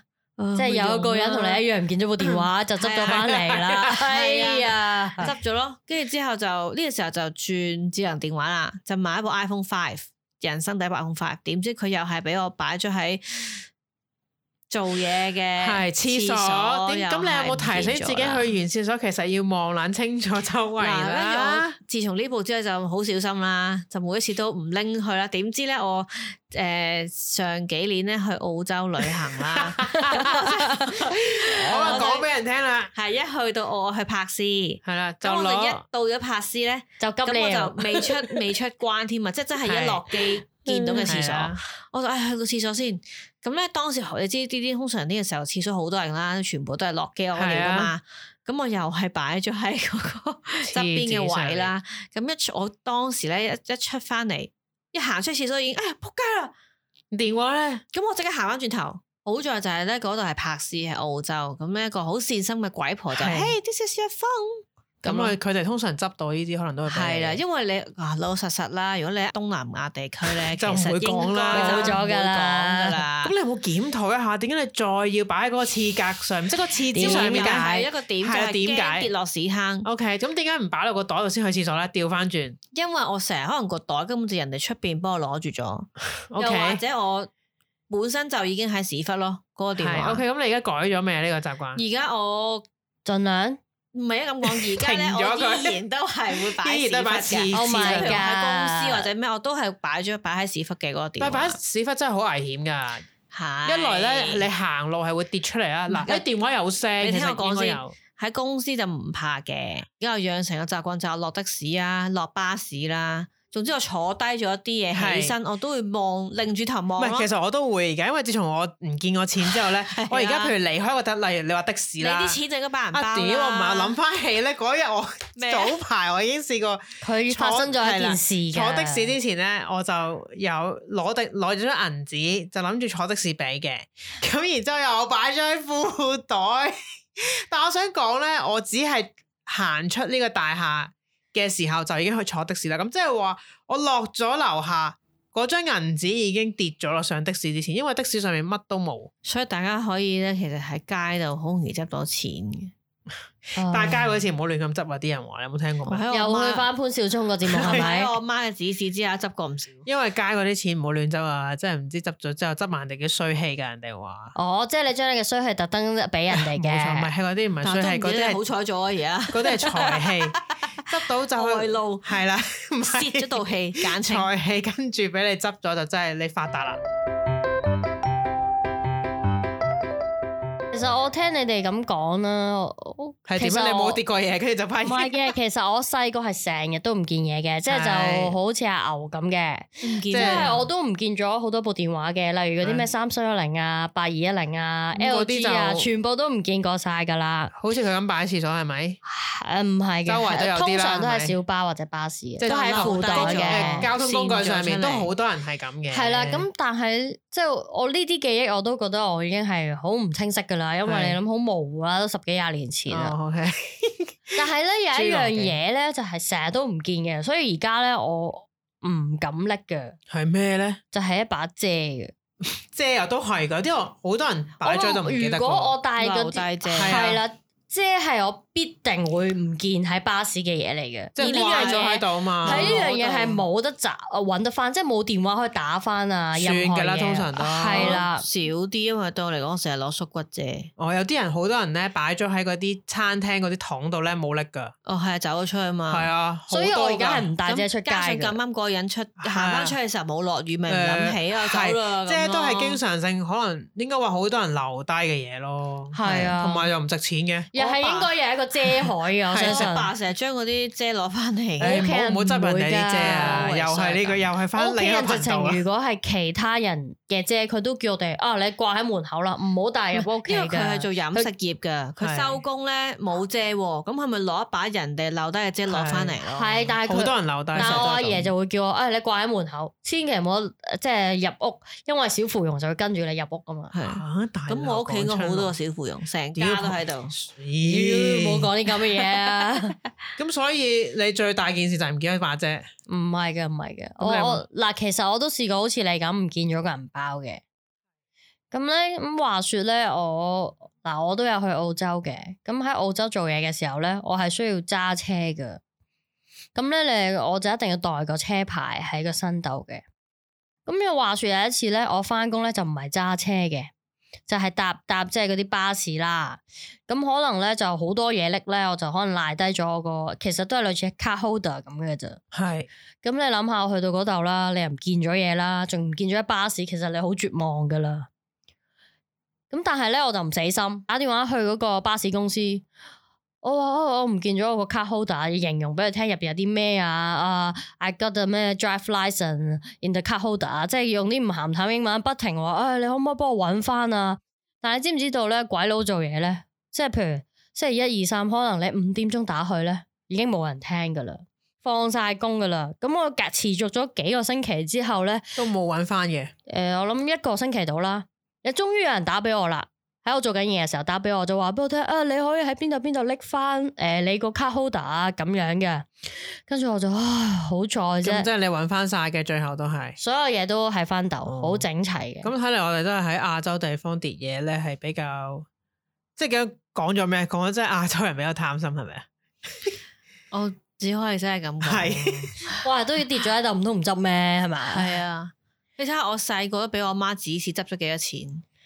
即係有一個人同你一樣唔見咗部電話，就執咗翻嚟啦。
係
係啊，
執咗咯。跟住之後就呢、個時候就轉智能電話啦，就買一部 iPhone Five，人生第一部 iPhone Five。點知佢又係俾我擺咗喺做嘢嘅
係廁所，點咁你有冇提醒自己去
去？
完廁所其實要望撚清楚周圍
嗱，跟住我
啦？
自從呢部之後就好小心啦，就每一次都唔拎去啦。點知咧我誒、呃上幾年咧去澳洲旅行 啦。
我話講俾人聽啦，
係一去到我去珀斯，咁
係啦，就
我就一
攞
到咗珀斯咧，
就急
咁我
尿
就 未出未出關添啊！即係真係一
係
落機見到嘅廁
係
所
啊，
我就哎唉去個廁所先。咁咧當時你知呢啲通常呢個時候廁所好多人啦，全部都係落機屙尿噶
係啊
嘛。咁我又係擺咗喺嗰個側邊嘅位啦。咁一出我當時咧一一出翻嚟，一行出廁所已經哎呀仆街啦！
電話咧，
咁我即刻行翻轉頭。好在就係咧，嗰度係柏斯，係澳洲，咁呢一個好善心嘅鬼婆就
係
Hey this is your phone，
咁
咯
啊佢哋通常執到呢啲，可能都
係啦，因為你啊老老實實啦，如果你喺東南亞地區 咧，
就唔會講啦
冇
冇
咗㗎啦
咁你有冇檢討一下？點解你再要擺喺嗰個廁格上面，即係個廁
知
紙上面
點解
解
一個點就
係啊
係
點
驚
解
跌落屎坑，
？O K，咁點解唔擺落個袋度先去廁所咧？調翻轉
因為我成日可能個袋根本就人哋出邊幫我攞 住咗，
，O
又或
K，
者我本身就已經喺屎忽咯嗰個電
係
話。
O K，咁你而家改咗未呢個習慣？
而家我
盡量。
唔係啊咁講，而家咧
停咗
我
佢
依然都係會 擺
依
屎
然都擺
忽嘅
屎。
Oh
即係
my
譬
god！
如喺公司或者咩，我都係擺咗擺喺屎忽嘅嗰個電
但
話。
係擺屎忽真係好危險㗎。一
係
來咧，你行路係會跌出嚟啦。
唔
嗱，
得
你電話有聲，
你聽
其實
我講
應該
先
有
喺公司就唔怕嘅，而家我養成個習慣就係落的士啊，落巴士啦、總之我坐低咗一啲嘢起
係
身，我都會望，擰住頭
唔
望
係，
咯
其。實我都會嘅，因為自從我唔見過錢之 後咧，我而家譬如離開個特，例如你話的士
啊你
啦，
啲錢就應該擺銀包啦
啊屌！我唔係我諗翻起咧，嗰日我
咩啊
早排我已經試過
佢
坐
發生咗一件事㗎
坐的士之前咧，我就有攞的攞咗張銀紙，就諗住坐的士俾嘅，咁然之後又擺咗喺褲袋。 但我想講咧，我只係行出呢個大廈嘅時候就已經去坐的士啦。咁即係話我落咗樓下。嗰張銀紙已經跌咗落上的士之前，因為的士上面乜都冇，
所以大家可以咧，其實喺街度好容易執到錢嘅。
啊
但係街嗰時唔好亂咁執啊！啲人話你有冇聽過
我
咩？
喺我
又
媽
去翻潘少聰個節目係咪
喺？
啊
我媽嘅指示之下執過唔少。
因為街嗰啲錢唔好亂執啊！真係唔知執咗之後執埋人哋嘅衰氣㗎，人哋話。
哦，即係你將你嘅衰氣特登呃俾人哋
冇錯，唔係
嘅，
係嗰啲唔係
但
衰
係
氣，
都唔
嗰
知你
啲
好
係
彩咗啊！而家
嗰啲係財氣，執到就
外露
係啦，唔
泄咗道氣，簡 稱。
財氣，跟住俾你執咗就真係你發達啦。
其實我聽你哋咁講啦，我
係點
其實
啊？你
我
冇跌過嘢，跟住就批。
唔係嘅，其實我細個係成日都唔見 嘢嘅，即係就
係
好似阿牛咁嘅，
唔見
即
即
係
係我都唔見咗好多部電話嘅，例如嗰啲咩
係
三三一零啊、八二一零啊、
咁嗰
LG
啲
啊，
就
全部都唔見過晒㗎啦。
好似佢咁擺喺廁所係咪？
誒唔係嘅，
周圍都有啲啦
通常都
係
係
咪
小巴或者巴士嘅，
即係
都
公
喺褲
共
袋
當
誒
中
嘅。
交通工具上面
線咗出嚟
都好多人係咁嘅。哦
係啦，咁但係即係我呢啲記憶，我都覺得我已經係好唔清晰噶啦，因為
係
你諗好模糊啦，都十幾廿年前啦。
哦，OK，
但係咧有一樣
侏羅紀
嘢咧，就係成日都唔見嘅，所以而家咧我唔敢拎嘅，
係咩咧？
就係一把遮嘅。
遮又都係㗎，啲人好多人擺咗喺度唔記得㗎。啊
我如果我帶嗰
留低
啲
遮
係啦，遮係我必定會唔見喺巴士嘅嘢嚟嘅。
即係
而呢
掛
樣
咗喺
嘢
度啊嘛。
係呢樣嘢係
冇。
冇得找揾得翻，即係冇電話可以打翻啊，
算
任何
㗎啦
嘢
通常都
係啦，
少啲，因為對我嚟講，成日攞縮骨啫。
我哦有啲人好多人咧擺咗喺嗰啲餐廳嗰啲桶度咧冇力㗎，
哦，係啊，走咗出去嘛。
係啊，好
所以我而家
多
係
㗎
唔帶遮出街
加上
嘅。
咁啱嗰個人出
啊
行翻出去嘅時候冇落雨，咪唔諗起啊，
誒
走啦。
即係都係經
常。
常性，可能應該話好多人留低嘅嘢咯，
係啊
同埋又唔值錢嘅。
又係應該有一個遮海嘅，我
係
相
啊
信
我。爸成日將嗰啲遮攞
誒
翻嚟，
唔
屋企
好唔
人
好執人哋啲遮啊！
唔會㗎
又係呢個，又係
我
翻
屋
另
企
一個
人直
頻道
情，
啊！
如果係其他人嘅遮，佢都叫我哋啊，你掛喺門口啦，唔好帶入屋企
因為
㗎
佢係做飲食業
係
㗎，佢收工咧冇遮喎，咁係咪攞一把人哋留低嘅遮攞翻嚟咯？
係，但係
好
佢
多人留低。
但
成日
係
都係
我阿
咁
爺就會叫我，啊、你掛喺門口，千祈唔好呃即係入屋，因為小芙蓉就會跟住你入屋噶嘛。
係。
啊大
咁我屋企應該好多個小芙蓉，成家都 喺度。
妖
咦
冇講啲咁嘅嘢啊！
咁所以你最大件事就係唔記得把遮，
唔係嘅，唔係嘅。我
你有冇
我嗱，其實我都試過好似你咁唔見咗個銀包嘅。咁咧，咁話說咧，我嗱我都有去澳洲嘅。咁喺澳洲做嘢嘅時候咧，我係需要揸車嘅。咁咧，你我就一定要袋個車牌喺個身度嘅。咁又話說有一次咧，我翻工咧就唔係揸車嘅，就係搭搭即係嗰啲巴士啦。咁可能咧就好多嘢拎咧，我就可能賴低咗我個，其實都係類似 card holder 咁嘅啫。
係
咁你諗下，我去到嗰度啦，你又唔見咗嘢啦，仲唔見咗一巴士，其實你好絕望噶啦。咁但係咧，我就唔死心，打電話去嗰個巴士公司，我話哦我唔見咗我個 card holder，形容俾佢聽入邊有啲咩啊啊，I got a 咩 drive license in the card holder，即係用啲唔鹹淡英文，不停話，唉、你可唔可以幫我揾翻啊？但係你知唔知道咧，鬼佬做嘢咧，即係譬如星期一二三，可能你五點鐘打去咧，已經冇人聽噶啦。放晒工噶啦。咁我隔持續咗幾個星期之後咧，
都冇揾翻嘢。
誒、我諗一個星期到啦，誒，終於有人打俾我啦。喺我做緊嘢嘅時候打俾我，就話俾我聽啊，你可以喺邊度邊度拎翻誒你個 card holder 啊咁樣嘅。跟住我就唉，好彩
咁即
啫，
係你揾翻晒嘅，最後都係。
所有嘢都喺翻度，
哦
好整齊嘅。
咁睇嚟，我哋都係喺亞洲地方跌嘢咧，係比較即係講咗咩？講咗即係亞洲人比較貪心係咪啊？
我哦只可以真係咁講。
係
哇，都要跌咗喺度，唔通唔執咩？係咪？
係啊，你睇下我細個都俾我媽指示執咗幾多錢，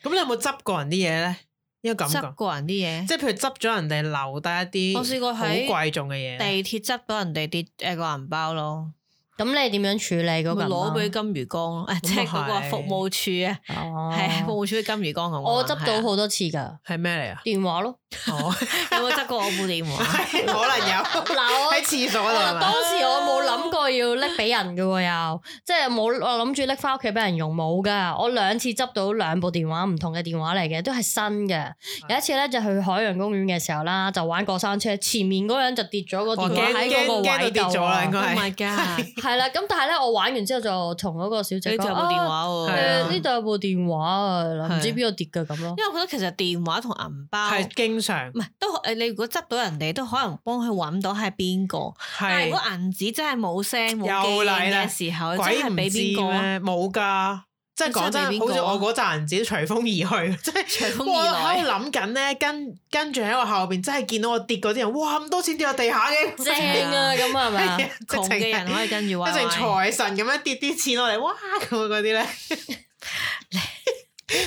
咁你有冇執過人啲嘢咧？應該咁
執
講，
過人啲嘢，
即係譬如執咗人哋留低一
我試
啲
過喺
好貴重嘅嘢呢，
地鐵執到人哋跌誒個銀包咯，
咁你點樣處理
咪
嗰個人
攞
啊？
俾金魚缸咯，誒 即係嗰
咁啊係
個服務處啊，
哦
係服務處嘅金魚缸咁。啊
我執到好多次噶，
係咩嚟啊？
電話咯。
哦，
有冇執過 我部 電話？
可能有
嗱，我
喺廁所嗰度係
我
咪
啊當時我冇諗過要拎俾人嘅喎，又即係冇我諗住拎翻屋企俾人用冇噶。我兩次執到兩部電話唔同嘅電話嚟嘅，都係新嘅。有一次咧就去海洋公園嘅時候啦，就玩過山車，前面嗰個人就跌咗個
我
電
驚
話喺嗰
驚驚
個
到
位
跌
度
咗啦，應
啊。
該
Oh my
係
god！
係啦，咁但係咧我玩完之後就同嗰個小姐
你就
講
有部電
啊
話喎，
哦係啊
誒呢度有部電話啊，唔知
係
邊度跌嘅咁 咯。
因為我覺得其實電話同銀包
係經常
唔係都誒，你如果執到人哋都可能幫佢揾到係邊個，但係
係
如果銀紙真係冇聲冇記
又
憶
嚟啦
嘅時候，真
鬼唔
係俾
知
邊個啊？
咩？冇㗎。即係講真，
你真係俾邊
好
個
似
啊
我嗰陣自己隨風而去，即係
隨風
哇
而來
喺度諗緊咧，跟跟住喺我後邊，真係見到我跌嗰啲人，哇咁多錢跌落地下嘅，
正啊，咁係咪啊？
直
窮
情
嘅人可以跟住
一
玩，
成財神咁樣跌啲錢落嚟，哇咁嗰啲咧，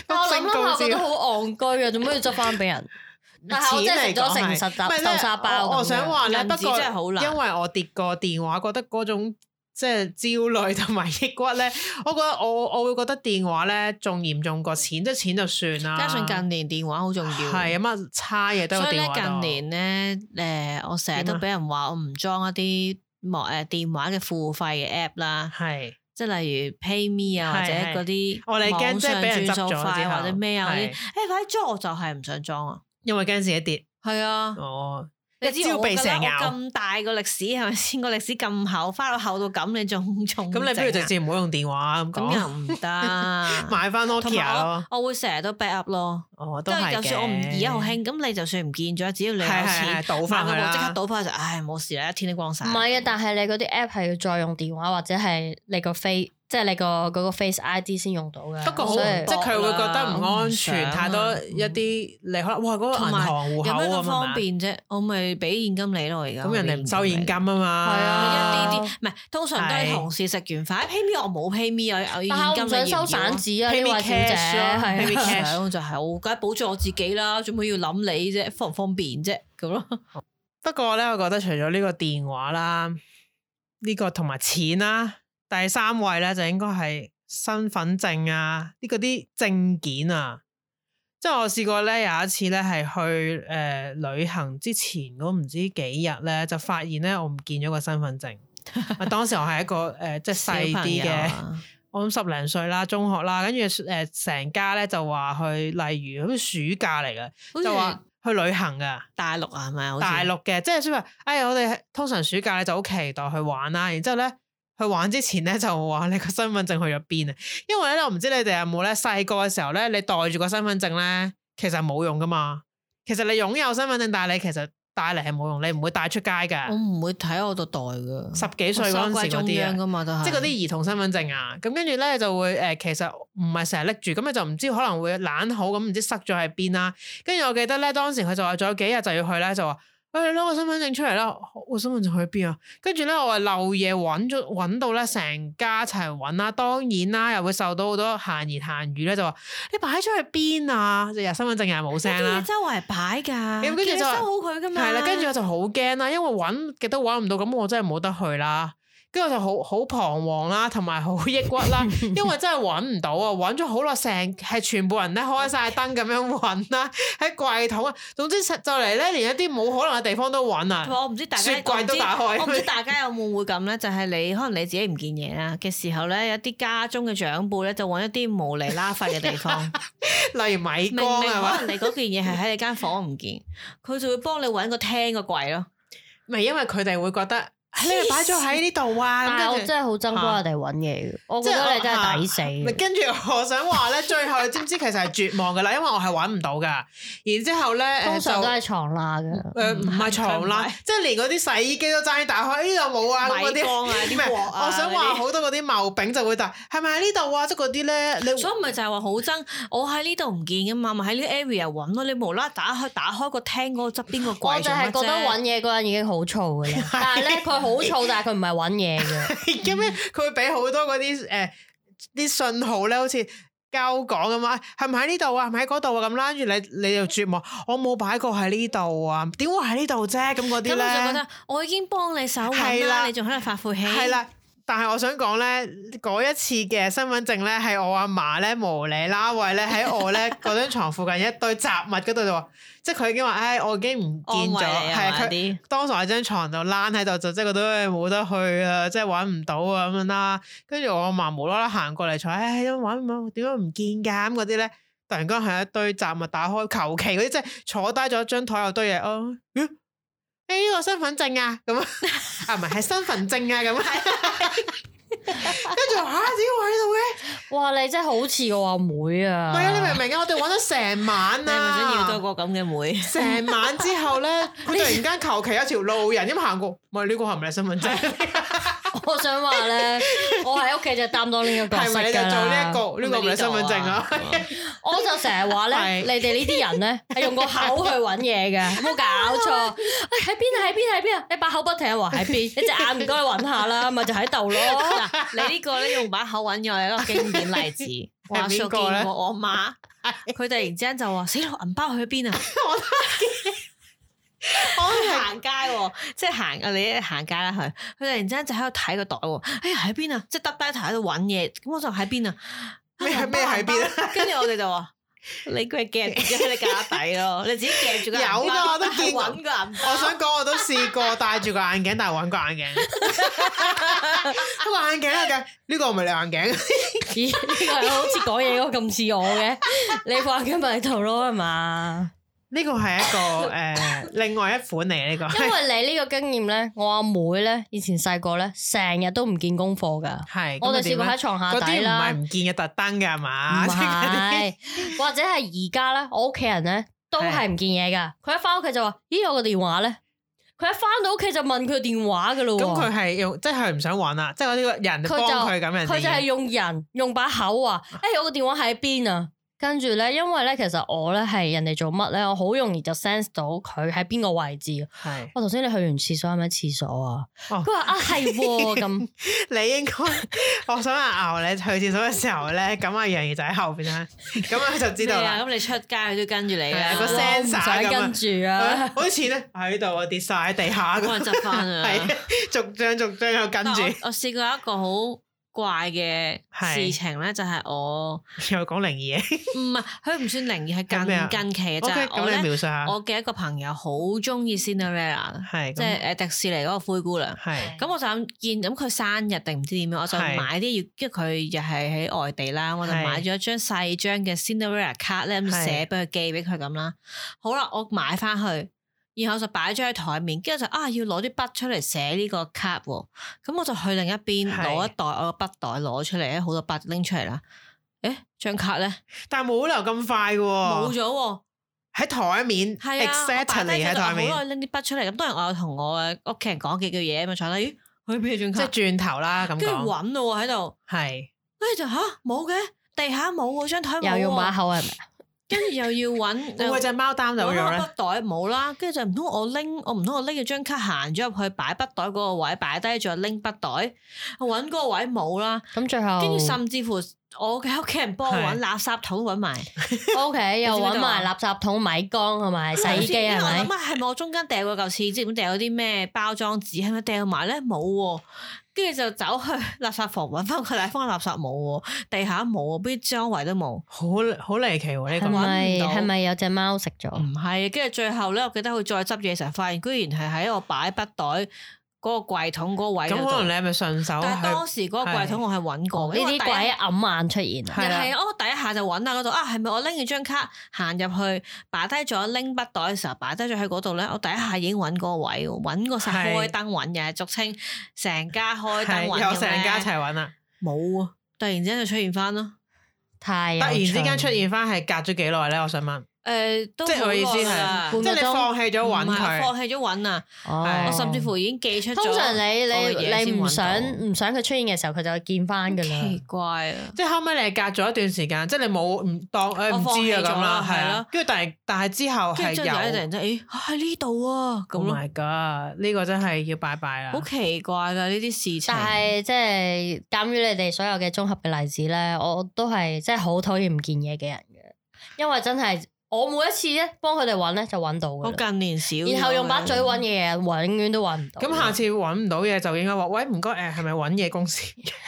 但 我諗
升
諗
高
下覺得
照
好戇居啊，做咩要執翻俾人？但係我真係食咗成十
唔係
集
咧
豆沙包
我我
咁樣
想話咧，
銀
不
紙
過
真係好難
因為我跌過電話，覺得嗰種即係焦慮同埋抑鬱咧， 我覺得我我會覺得電話咧仲嚴重過錢，即係錢就算啦。
加上近年電話好重要，
啊係啊乜差嘢都有
所以
電
咧
話
近
度
年咧，誒我成日
點啊
都俾人話我唔裝一啲莫誒電話嘅付費嘅 app 啦，
係
即係例如 PayMe 啊，
係
或者嗰啲
我哋驚即係俾人執咗
網上轉數
之
快
後
或者咩啊嗰啲，
係
誒快啲裝我就係唔想裝啊，
因為驚自己跌，
係啊。
哦，
你
一
知
朝
我
被
覺
蛇
得我
咬
咁大個歷史係咪先？個歷史咁厚，翻到厚到咁，你 仲仲
咁你不如直接唔好用電話咁
咁又
講，
唔 得。
買翻
同
Nokia
埋
咯
我，我會成日都 back up 咯，
哦
即
都係
係就
嘅。
算我唔而家好興，咁你就算唔見咗，只要你有
係係係
錢，
倒翻去
買嗰部即刻
啦。
倒翻去就，唉冇事啦，一天都光晒。
唔係啊，但係你嗰啲 app 係要再用電話或者係你個 face，即係你個嗰個 Face ID 先用到嘅。
不過好，
所以
即係佢會覺得唔安
啊我唔想
全，
啊
太多一啲你可能哇嗰個銀
同埋
行户口啊
有咩咁
咁
方
方便，
便啫？我咪俾現金你咯，而家
咁人哋唔收現金啊嘛，
係啊
一啲啲，唔係通常都係
係
同事食完飯 pay me，我冇 pay me，我我
但係我
現金
唔想
你要
收
唔
散
要啊
紙啊，呢
Pay
位
me
小姐
cash 咯
係
pay
啊
me
想就係我梗係保障我自己啦，做乜要諗你啫？方唔方便啫？咁咯，
不過咧，我覺得除咗呢個電話啦，呢、個同埋錢啦，第三位咧就應該係身份證啊，呢個啲證件啊。即係我試過咧，有一次咧係去誒、呃旅行之前嗰唔知幾日咧，就發現咧我唔見咗個身份 證。啊當時我係一個誒、呃即係 細啲嘅。
啊
我諗十零歲啦，中學啦，跟住誒成家咧就話去，例如好似暑假嚟嘅，
好
就
似
話去旅行噶。
大陸啊，係咪？好似
大陸嘅，即係所以話，哎，我哋通常暑假咧就好期待去玩啦，然之後咧去玩之前咧就話你個身份證去咗邊啊？因為咧我唔知你哋有冇咧細個嘅時候咧，你袋住個身份證咧，其實係冇用噶嘛。其實你擁有身份證，但係你其實帶嚟係冇用，你唔會帶出街
我
㗎。
唔會睇我度袋噶，
啊十幾歲嗰陣時嗰
中
啲
央
啊。
噶嘛，都係
即係嗰啲兒童身份證啊，咁跟住咧就會誒、呃其實唔係成日拎住，咁你就唔知可能會懶好咁，唔知塞咗喺邊啦。跟住我記得咧，當時佢就話仲有幾日就要去咧，就話：，誒、你攞個身份證出嚟啦，我身份證去邊啊？跟住咧，我係漏夜揾咗揾到咧，成家一齊揾啦。當然啦，又會受到好多閒言閒語咧，就話你擺咗去邊啊？日日身份證又係冇聲
啲
啦
嘢。周圍擺㗎，
咁跟住
叫你
就
收
話
好佢㗎嘛。
係啦，
啊
跟住我就好驚啦，因為揾極都揾唔到，咁我真係冇得去啦。跟住我就好好彷徨啦，同埋好抑鬱 啦，因為真係揾唔到啊！揾咗好耐，成係全部人咧開晒燈咁樣揾啦， 喺櫃桶啊，總之實就嚟咧，連一啲冇可能嘅地方都揾啊！
我唔知大家
雪櫃都打開
我唔知我唔知大家有冇會咁咧，就係你可能你自己唔見嘢啦嘅時候咧，有啲家中嘅長輩咧就揾一啲無厘啦廢嘅地方，
例如米
明
缸
明
係啊嘛
可，能你嗰件嘢係喺你間房唔見，佢就會幫你揾個廳個櫃咯。
咪因為佢哋會覺得哎你咪擺咗喺呢度啊，
但
咁
係我
跟住
真係好憎幫人哋揾嘢嘅，我覺得你真係抵死。
啊咪跟住我想話咧，最後你知唔知其實係絕望噶啦，因為我係揾唔到噶，然之後咧誒
通常
就嗯
都係床罅嘅。
誒呃唔係床啦
佢唔嗯係，
即係連嗰啲洗衣機都爭啲打開，呢度冇啊咁嗰
米
啲。
缸啊，
唔
啲
係，
鑊啊，
我想話
嗰啲
好多嗰啲茂餅就會大，係咪喺呢度啊？即係嗰啲咧，你
所以咪就係話好憎，我喺呢度唔見噶嘛，咪喺呢個 area 揾咯。你無啦啦打開打開個廳嗰個側邊個
我
櫃
就
做
係
乜
覺得揾
啫？
嘢嗰人已經好燥 嘅啦，但係咧佢好燥，但係佢唔係揾嘢嘅，
咁樣 佢會俾好多嗰啲誒啲信號咧，好似交港咁啊，係咪喺呢度啊？係咪喺嗰度啊？咁啦，跟住你你就絕望，我冇擺過喺呢度啊，點會喺呢度啫？咁嗰
咁
啲
我就覺
咧
得，我已經幫你手揾
係
啦，
啦
你仲喺度發晦氣。
係啦。但係我想講咧，嗰一次嘅身份證咧，係我阿嫲咧無理啦喂咧喺 我咧嗰張床附近一堆雜物嗰度就話，即係佢已經話，唉，我已經唔
安慰
見
你
咗，係
啊
佢
嘛啲。
當時我喺張床度躝喺度，就即係覺得唉冇得去啊，即係揾唔到啊咁樣啦。跟住我阿嫲無啦啦行過嚟坐，哎唉，點揾唔到，點解唔見㗎咁嗰啲咧？突然間係一堆雜物打開，求其嗰啲即係坐低咗張台有堆嘢，哦，咦？誒呢個身份證啊，咁啊，啊唔係係身份證啊，咁啊，跟住我嚇啊點會喺度嘅？
哇！你真係好似我阿妹
唔
啊，
係啊，你明唔明啊？我哋揾咗成晚
你係咪
啊，
想要多個咁嘅妹？
成晚之後咧，佢突然間求其有條路人咁行過，唔係呢個係咪你身份證？
我想話咧，我喺屋企就擔當呢個角
係
色
咪你就
㗎
做呢
啦
一。個？呢個唔係身份證 啊？
我就成日話咧，
係
你哋呢啲 人咧係用個口去揾嘢嘅，冇搞錯。喂，喺邊啊？喺邊啊？喺邊啊？你把口不停話喺邊，你隻眼唔該你揾下啦，咪就喺度
哦
咯。
嗱， 你呢個咧用把口揾我係一個經典例 子。話
係邊
說見
個咧
過 我媽，佢突然之間就話：死啦，銀包去咗邊啊！
我係
行街喎，即係行啊！你行街啦，佢佢突然之間就喺度睇個袋喎，哎呀喺邊啊！即係耷低頭喺度揾嘢，咁我就喺邊啊？啊
咩咩喺邊？
銀包銀包跟住我哋就話。你佢夾住喺你架 底咯，你自己夾住個銀包
有啊㗎我都見 過
揾個銀包
我想講，我都試過戴住個眼鏡，但係揾個眼鏡， 嗰個眼鏡嚟嘅，呢個唔係你眼鏡，
咦？呢個好似講嘢嗰個咁似我嘅，你放緊咪喺度咯，係嘛？
呢個係 一個誒另外一款嚟呢個。
因為你呢個經驗咧，我阿妹咧以前細個咧，成日都唔見功課㗎。
係，
我哋試
試
過喺床下底啦
啊嗰啲唔係唔見嘅特登嘅係嘛？
唔
即係嗰啲
係，啊或者係而家咧，我屋企人咧都係唔見嘢噶。佢一翻屋企就話：咦，我個電話咧？佢一翻到屋企就問佢電話噶咯
咁佢
喎。
係用，即係佢唔想玩啦，即係嗰啲人幫
佢就
佢咁人
佢就係
哋
用人用把口話，誒、我個電話喺邊啊？跟住咧，因為咧，其實我咧係人哋做乜咧，我好容易就 sense 到佢喺邊個位置。
係
我頭先你去完廁所係咪喺廁所啊？
哦
佢話啊係 喎咁，
你應該，我想阿牛你去廁所嘅時候咧，咁阿楊怡就喺後邊啦，咁啊佢就知道
咩
啦
啊。咁你出街佢都跟住你
係啊
啊，
個
我
聲
唔想跟住 啊。
好似咧喺度啊跌晒喺地下
幫人
咁，
執翻 啊
係。逐張逐張又跟
但
住
我，我試過一個好怪嘅事情咧，就係我
又講靈異嘢。
唔係佢唔算靈異，
係咩啊
係近近期嘅就
O K，
係我
咁你
咧，
描述下，
我嘅一個朋友好中意 Cinderella，嘅
係
即係誒迪士尼嗰個灰姑娘。
係
咁我就諗見咁佢生日定唔知點樣，我就
係
買啲要，因為佢又係喺外地啦，我就
係
買咗張細張嘅 Cinderella 卡咧，咁
係
寫俾佢寄俾佢咁啦。好啦，我買翻去，然後就擺咗喺台面，跟住就啊要攞啲筆出嚟寫呢個卡喎。咁我就去另一邊
係
攞一袋我個筆袋攞出嚟咧，好多筆拎出嚟啦。誒張卡咧
但係冇理由咁快嘅
冇
喎，
咗喎。
喺台面
係啊，我擺低
，exactly 喺
咗就
台
好耐
面，
拎啲筆出嚟。咁當然我有同我嘅屋企人講幾句嘢，啊咪坐低，咦去邊張
即
卡
係？轉頭啦咁
跟住
講，
揾咯喎喺度，
係
跟住就吓冇嘅，地下冇喎，張台冇
又用把
喎，
口係咪？啊
跟住又要 揾，
會唔會隻貓擔就
揾
會用
個
咧
筆？袋冇啦，跟住就唔通我拎，我唔通我拎住張卡行咗入去擺筆袋嗰個位，擺低咗拎筆袋，我揾嗰個位冇啦，
咁最後
跟住甚至乎我嘅屋企人幫我
係
揾垃圾桶都揾埋，
O K，又
你知唔知
揾
道啊
埋垃圾桶、米缸同埋洗衣機啊
因為我
係咪
諗？下係咪我中間掉過嚿廁紙，咁掉咗啲咩包裝紙，係咪掉埋咧？冇喎、跟住就走去 垃圾房揾翻佢，但係翻垃圾冇喎，地下冇喎，邊張位都冇。
好好離奇喎呢
係
個，
咪
搵唔到
係咪有隻貓食咗？
唔係，跟住最後咧，我記得佢再執嘢嘅時候，發現居然係喺我擺筆袋嗰個櫃桶嗰個位嗰
咁可能
度。
你係咪順手
啊但係當
去？
時嗰個櫃桶我係揾過，
呢
因為
啲
我第一
鬼揞眼出現啊！
係啦
係啊我第一下就揾下嗰度啊，係咪我拎住張卡行入去，擺低咗拎筆袋嘅時候，擺低咗喺嗰度咧，我第一下已經揾嗰個位喎，揾過晒
係
開燈揾嘅，俗稱成家開燈
係
揾
有
嘅
成家一齊
咩
揾啦，
冇啊！突然之間就出現翻咯，
太
突
有
然之間
趣
出現翻係隔咗幾耐咧？我想問，
誒都
即係我意思
好耐
係
啦
即
半個
係你
鐘
放棄咗揾
唔係我
佢，
放棄咗揾啊！
哦
係
我甚至乎已經寄出咗。
通常你
我嘅嘢先
你你唔
搵
想
到
唔想佢出現嘅時候，佢就會見翻噶啦。
奇怪啊！
即係後尾你係隔咗一段時間，即係你冇唔當誒
我
唔
放
知
棄
啊咁
咗
啦，
啦
係
係
啦
咯。
跟住但係但係之後
跟
係
住張仔突
有
然。之間，誒喺呢度啊咁
Oh
咯，
my god！呢個真係要拜拜啦
好。奇怪㗎呢啲事情。
但係即係鑑於你哋所有嘅綜合嘅例子咧，我都係即係好討厭唔見嘢嘅人嘅，因為真係我每一次咧幫佢哋揾咧就揾到
我
㗎啦
近年少咗嘅，
然後用把嘴揾嘢，永遠都揾唔
啊
到。
咁下次揾唔到嘢就應該話，喂唔該誒，係咪揾嘢公司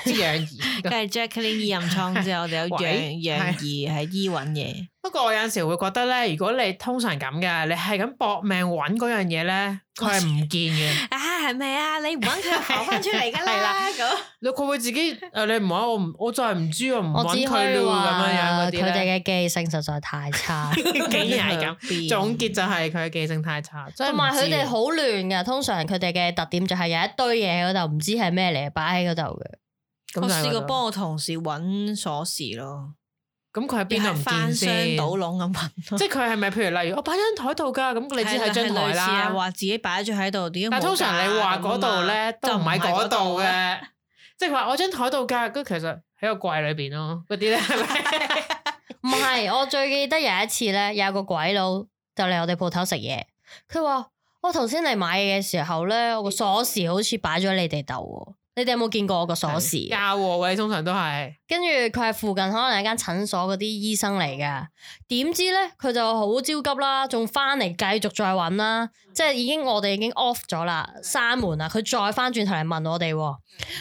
養
梗
兒？
係 Jacqueline 任創之後，我哋有
喂
楊楊怡係醫揾嘢，
不過我有陣時會覺得咧，如果你通常咁嘅，你係咁搏命揾嗰樣嘢 咧，佢係唔見嘅。
啊係咪啊？你唔揾佢浮翻出嚟㗎啦咁。
你佢會自己誒，你唔揾我唔，我就係唔知我唔
我只
揾
可
佢
以
咯咁樣樣
話
嗰
佢
啲咧。
哋嘅記性實在太 差，
竟然係咁。
咁
總結就係佢嘅記性太差，真係唔
同埋佢哋
知啊
好亂嘅。通常佢哋嘅特點就係有一堆嘢嗰度唔知係咩嚟，擺喺嗰度嘅。
咁
我
就係
試
嗰
過
度
幫我同事揾鎖匙咯，
咁佢喺邊
邊
度
係
唔
翻
見
箱
先？
倒籠咁揾 咯。
即係佢係咪譬如例如我哦擺張台度㗎，咁你知喺張台
係啊
啦。
話自己擺咗喺度，點解
但
冇
係
㗎？
通常你話嗰度咧
咁啊
都唔喺嗰
就唔
度
係嘅
嘅，即係話我張台度㗎，跟住其實喺個櫃裏邊咯，嗰啲咧係咪？
唔係，我最記得有一次咧，有個鬼佬就嚟我哋鋪頭食嘢，佢話：我頭先嚟買嘢嘅時候咧，我個鎖匙好似擺咗你哋度喎。你哋有冇見過我個鎖匙？
教喎，喂，通常都係
跟住佢係附近可能係間診所嗰啲醫生嚟嘅，點知咧佢就好焦急啦，仲翻嚟繼續再揾啦，即係已經我哋已經 off 咗啦，閂門啦，佢再翻轉頭嚟問我哋喎。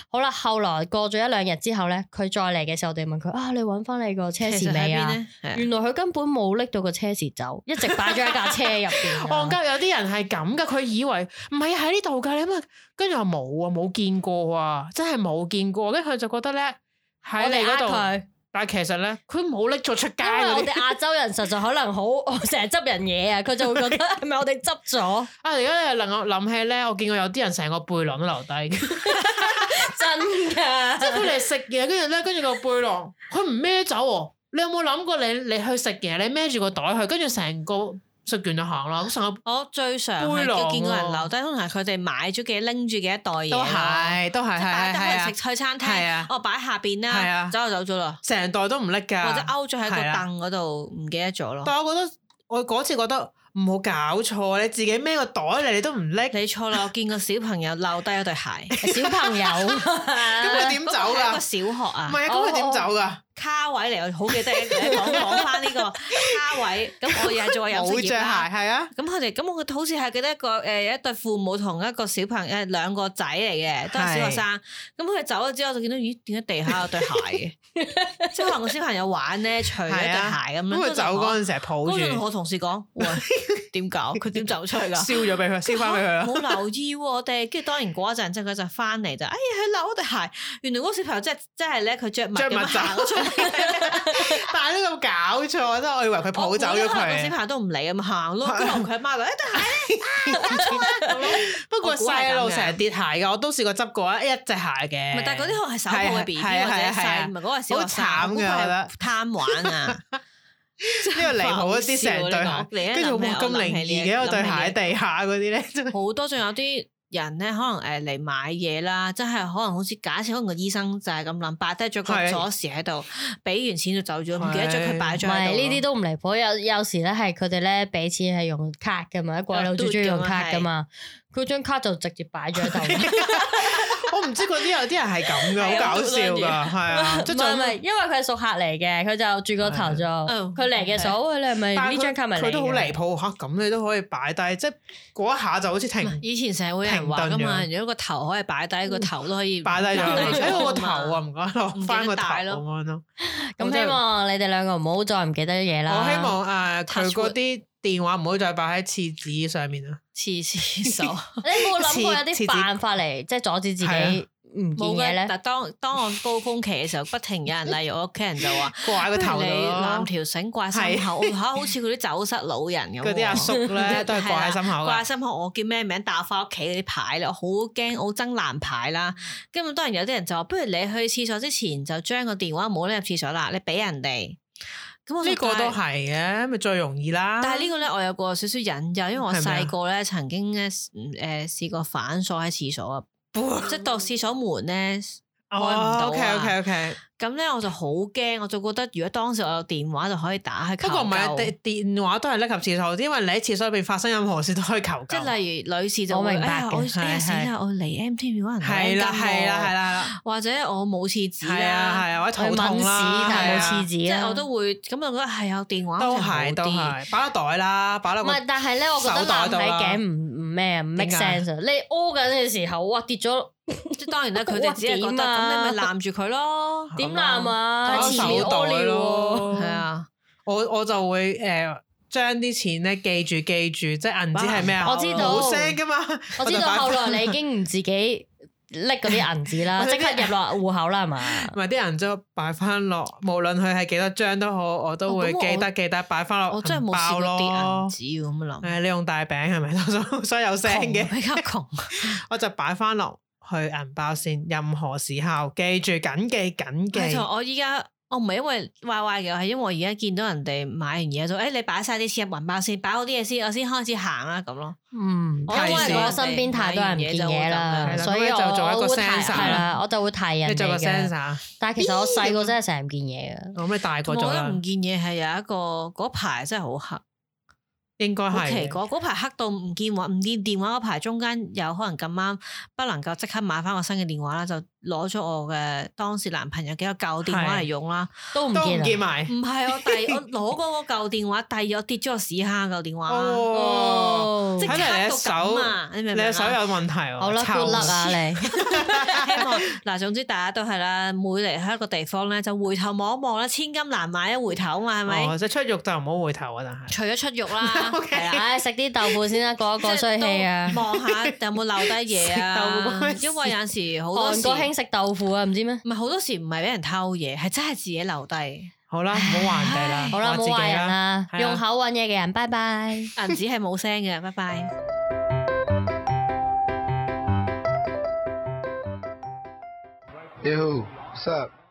好啦，後來過咗一兩日之後咧，佢再嚟嘅時候，我哋問佢啊，你揾翻你個車
其實
匙
喺
未
邊
啊？
咧？係啊
原來佢根本冇拎到個車匙走，一直擺咗喺架車入邊。
戇 鳩，有啲人係咁㗎，佢以為唔係喺呢度㗎，你咪跟住話冇啊，冇見過啊，真係冇見過，跟住佢就覺得咧喺
我
你
哋
嗰度，
呃佢，
但係其實咧佢冇拎咗出街
因為
嗰
我
啲
哋。亞洲人實在可能好成日執人嘢啊，佢就會覺得係咪我哋執咗？
啊！而家你又令我諗起咧，我見過有啲人成個背囊都留低，即
真 噶，
係佢嚟食嘢，跟住咧，跟住個背囊佢唔孭走喎。你有冇諗過你你去食嘢，你孭住個袋去，跟住成個食完就行啦。咁上個
我最常
杯
係
狼
叫見過人
喎
留低，通常係佢哋買咗幾拎住幾多袋嘢
都
咯，
係都係
即係
係
擺
係係啊
得去食去餐
係啊
廳，我哦擺下邊
係
啦
啊，
走就走咗啦，
成袋都唔拎㗎，
或者勾咗喺個
係啊
凳嗰度，唔記得咗咯。
但我覺得我嗰次覺得唔好搞錯，你自己孭個袋嚟你都唔拎，咁
你錯啦，我見個小朋友留低嗰對鞋，
小朋友
佢點走
嗰個係一個
㗎？
小學
唔
啊，
係啊，咁佢點走㗎？
卡位嚟，我好記得你講講翻呢 個卡位，咁我又係做有
冇
職
着鞋
業啦。
係啊，
咁佢哋咁我好似係記得一個誒、一對父母同一個小朋友誒兩個仔嚟嘅，都係小學生。咁佢哋走咗之後，我就見到咦點解地下有對鞋嘅？ 即係可能個小朋友玩咧，除咗對
係啊
鞋咁樣。
咁佢走嗰陣時係抱
高
住，
仲同我同事講： 喂，點搞？佢點走出去㗎？
燒咗俾佢，燒翻俾佢啊啦。
冇留意喎，我哋跟住當然嗰一陣之後，佢就翻嚟就，哎呀，佢漏咗對鞋。原來嗰個小朋友真係真係咧，佢着襪
着
咁樣
襪
行
走
咗出嚟。
但係呢個搞錯，真係我以為佢抱走咗
我估個小
佢。
朋友都唔理咁行咯，跟住佢阿媽話：哎對鞋
不過
我估係咁
細路
嘅
成日跌鞋㗎，我都試過執過一隻鞋嘅。
唔係，但係嗰啲可能係手抱嘅 B B 或
係啊係啊係
者
啊係啊
細，唔係嗰個係小學生，
好慘㗎
我估佢
我
係
覺得
貪玩啊，
呢個離譜一啲成對
好笑啊你
鞋，
講
跟住哇咁靈異嘅，有對鞋喺
地
地下嗰啲咧，真係
好多，仲有啲人咧，可能誒嚟買嘢啦，真係可能好似假設，可能個醫生就係咁諗，擺低咗
係
個鎖匙喺度，俾完錢就走咗，唔記得咗佢擺
唔
咗喺度
係
咯。
呢啲都唔離譜，有有時咧係佢哋咧俾錢係用卡噶嘛，啲
啊
鬼佬最中意用卡噶嘛，佢張卡就直接擺咗喺度。
我唔知嗰啲有啲人係咁嘅，好搞笑㗎，係啊，即
唔
係
係唔係，
仲
因為佢係熟客嚟嘅，佢就轉個頭就，
嗯
佢嚟嘅時候，喂，你係咪
但係
呢張卡咪
佢都好離
嚟㗎？
譜嚇，咁你都可以擺低，即係嗰一下就好似停
以前社會有人話噶
停
嘛，
頓
如果個頭可以擺低，個頭都可以
擺低咗，
留
喺我個頭
嘛
啊，唔該落翻個頭咁樣咯。我
咁
真係
希望你哋兩個唔好再唔記得嘢啦。
我希望誒
Touch
佢
wood
嗰啲電話唔好再擺喺廁紙上面啊啦。
廁 所。
你有冇諗過有
次
啲
次
辦法嚟即係阻止自
係
己唔見
冇
嘢
嘅，
咧？
但當當我高峰期嘅時候，不停有人，例如我屋企人就話。
掛喺個頭
不
度啊
如你攬
咯，
條繩掛心口，嚇好似嗰啲走失老人咁喎。
嗰啲阿叔 咧都係掛喺心口
係啊啦掛
㗎
喺。心口，我叫咩名？打翻屋企嗰啲牌咧，我好驚，我好憎爛牌啦。咁當然有啲人就話，不如你去廁所之前就將個電話冇拎入廁所啦，你俾人哋。咁我就
呢個都
但係。
係嘅，咪最容易啦。
但係呢個咧，我有個少少引誘，因為我
係咪啊
細個咧曾經咧誒試過反鎖喺廁所啊，即係當廁所門咧。
哦
開唔到啊
OK OK OK，
咁咧我就好驚，我就覺得如果當時我有電話就可以打去求
不過唔係
救
電電話都係拎入廁所，因為你喺廁所入邊發生任何事都可以求
即
救。
係例如女士就
我
會
明白
哎呀
嘅
我
係
哎呀死
係
啦，我嚟 M T V 可能
係啦係啦係
啦，
啦
或者我冇廁紙
係啊
啦，
係啊，或者
去
肚
抿
痛
屎
啦，
但係冇
係啊
廁
即
紙
係
啊
我都會咁我覺得係有電話
都
好似
係啊
冇
都
啲
係，擺落袋啦，擺落
唔
個
係，但係咧，我覺得
手袋
攬
度
喺
啦
頸唔唔咩啊，唔 make
點解
sense 啊。你屙緊嘅時候，哇跌咗
即係當然啦，佢哋只係覺得咁你
哇點啊
咪攬住 佢咯，
點
咁
攬啊？
擺落
前面
哦手
屙
袋
尿喎，
咯，
係。啊，
我我就會誒將啲錢咧記住記住，即係銀紙係咩啊？
我知道
冇聲噶嘛，
我知
就
道
擺
後
返
來你已經唔自己拎嗰啲銀紙 啦，
我
即
哋啲
刻入落户口啦，係嘛？
唔係啲銀紙擺翻落，無論佢係幾多張都好，我都會
哦咁我
記得記得擺翻落
我真係
銀
冇試
包
過跌
咯。
銀紙咁啊樣諗，
誒，你用大餅係咪 多數？所以有聲
窮啊
嘅，
比較窮，
我就擺翻落去銀包先。任何時候記住，緊記緊
係
記。
同我依家。我唔係因為壞壞嘅，我係因為我而家見到人哋買完嘢就，誒、哎你擺晒啲錢入銀包先，擺好啲嘢先，我先開始行啦咁咯。
嗯，
我
因
提
為
醒
我身邊太多人唔見嘢啦
人，
哋就會咁樣
所以
係啦咁你
我
就做一個
我會提
sensor
係啦，我就會提人
你做個
哋嘅。
sensor，
但係其實我細個真係成日唔見嘢嘅。
我咪大個
我覺
咗
得
啦
唔，見嘢係有一個嗰排真係好黑。
應該
好奇
係嘅。
怪，嗰排黑到唔見話唔見電話嗰排，中間有可能咁啱不能夠即刻買翻個新嘅電話啦，就攞咗我嘅當時男朋友幾個舊電話嚟用 啦。
都唔
都唔
見
見
啊！
埋
唔係我第我攞嗰個舊電話，第二我跌咗個屎蝦舊電話啦，
哦。
即刻
睇嚟你
到
手
咁啊！你明唔
你
明
嘅手有
啊？
問題喎，
好啦
臭
，good luck 啊 你，
希望嗱，總之大家都係啦，每嚟一個地方咧，就回頭望一望啦，千金難買一回頭啊嘛，係咪？
哦，即係出肉就唔好回頭啊！但係
除咗出肉 啦，
OK
係啦。
啊 唉食啲豆腐先啦，過一過衰氣啊！
望下有冇漏低嘢
食豆腐
啊
嗰陣？時
因為有陣時好多
韓
時
國興食豆腐啊，唔知咩？
唔係好多時唔係俾人偷嘢，係真係自己留低銀
好啦，唔好話人哋啦，
好啦，
話
冇
自己
壞人啦
係，啦啊
用口揾嘢嘅人，拜拜。
紙啊係冇聲嘅，拜拜。
Hey, who? What's up?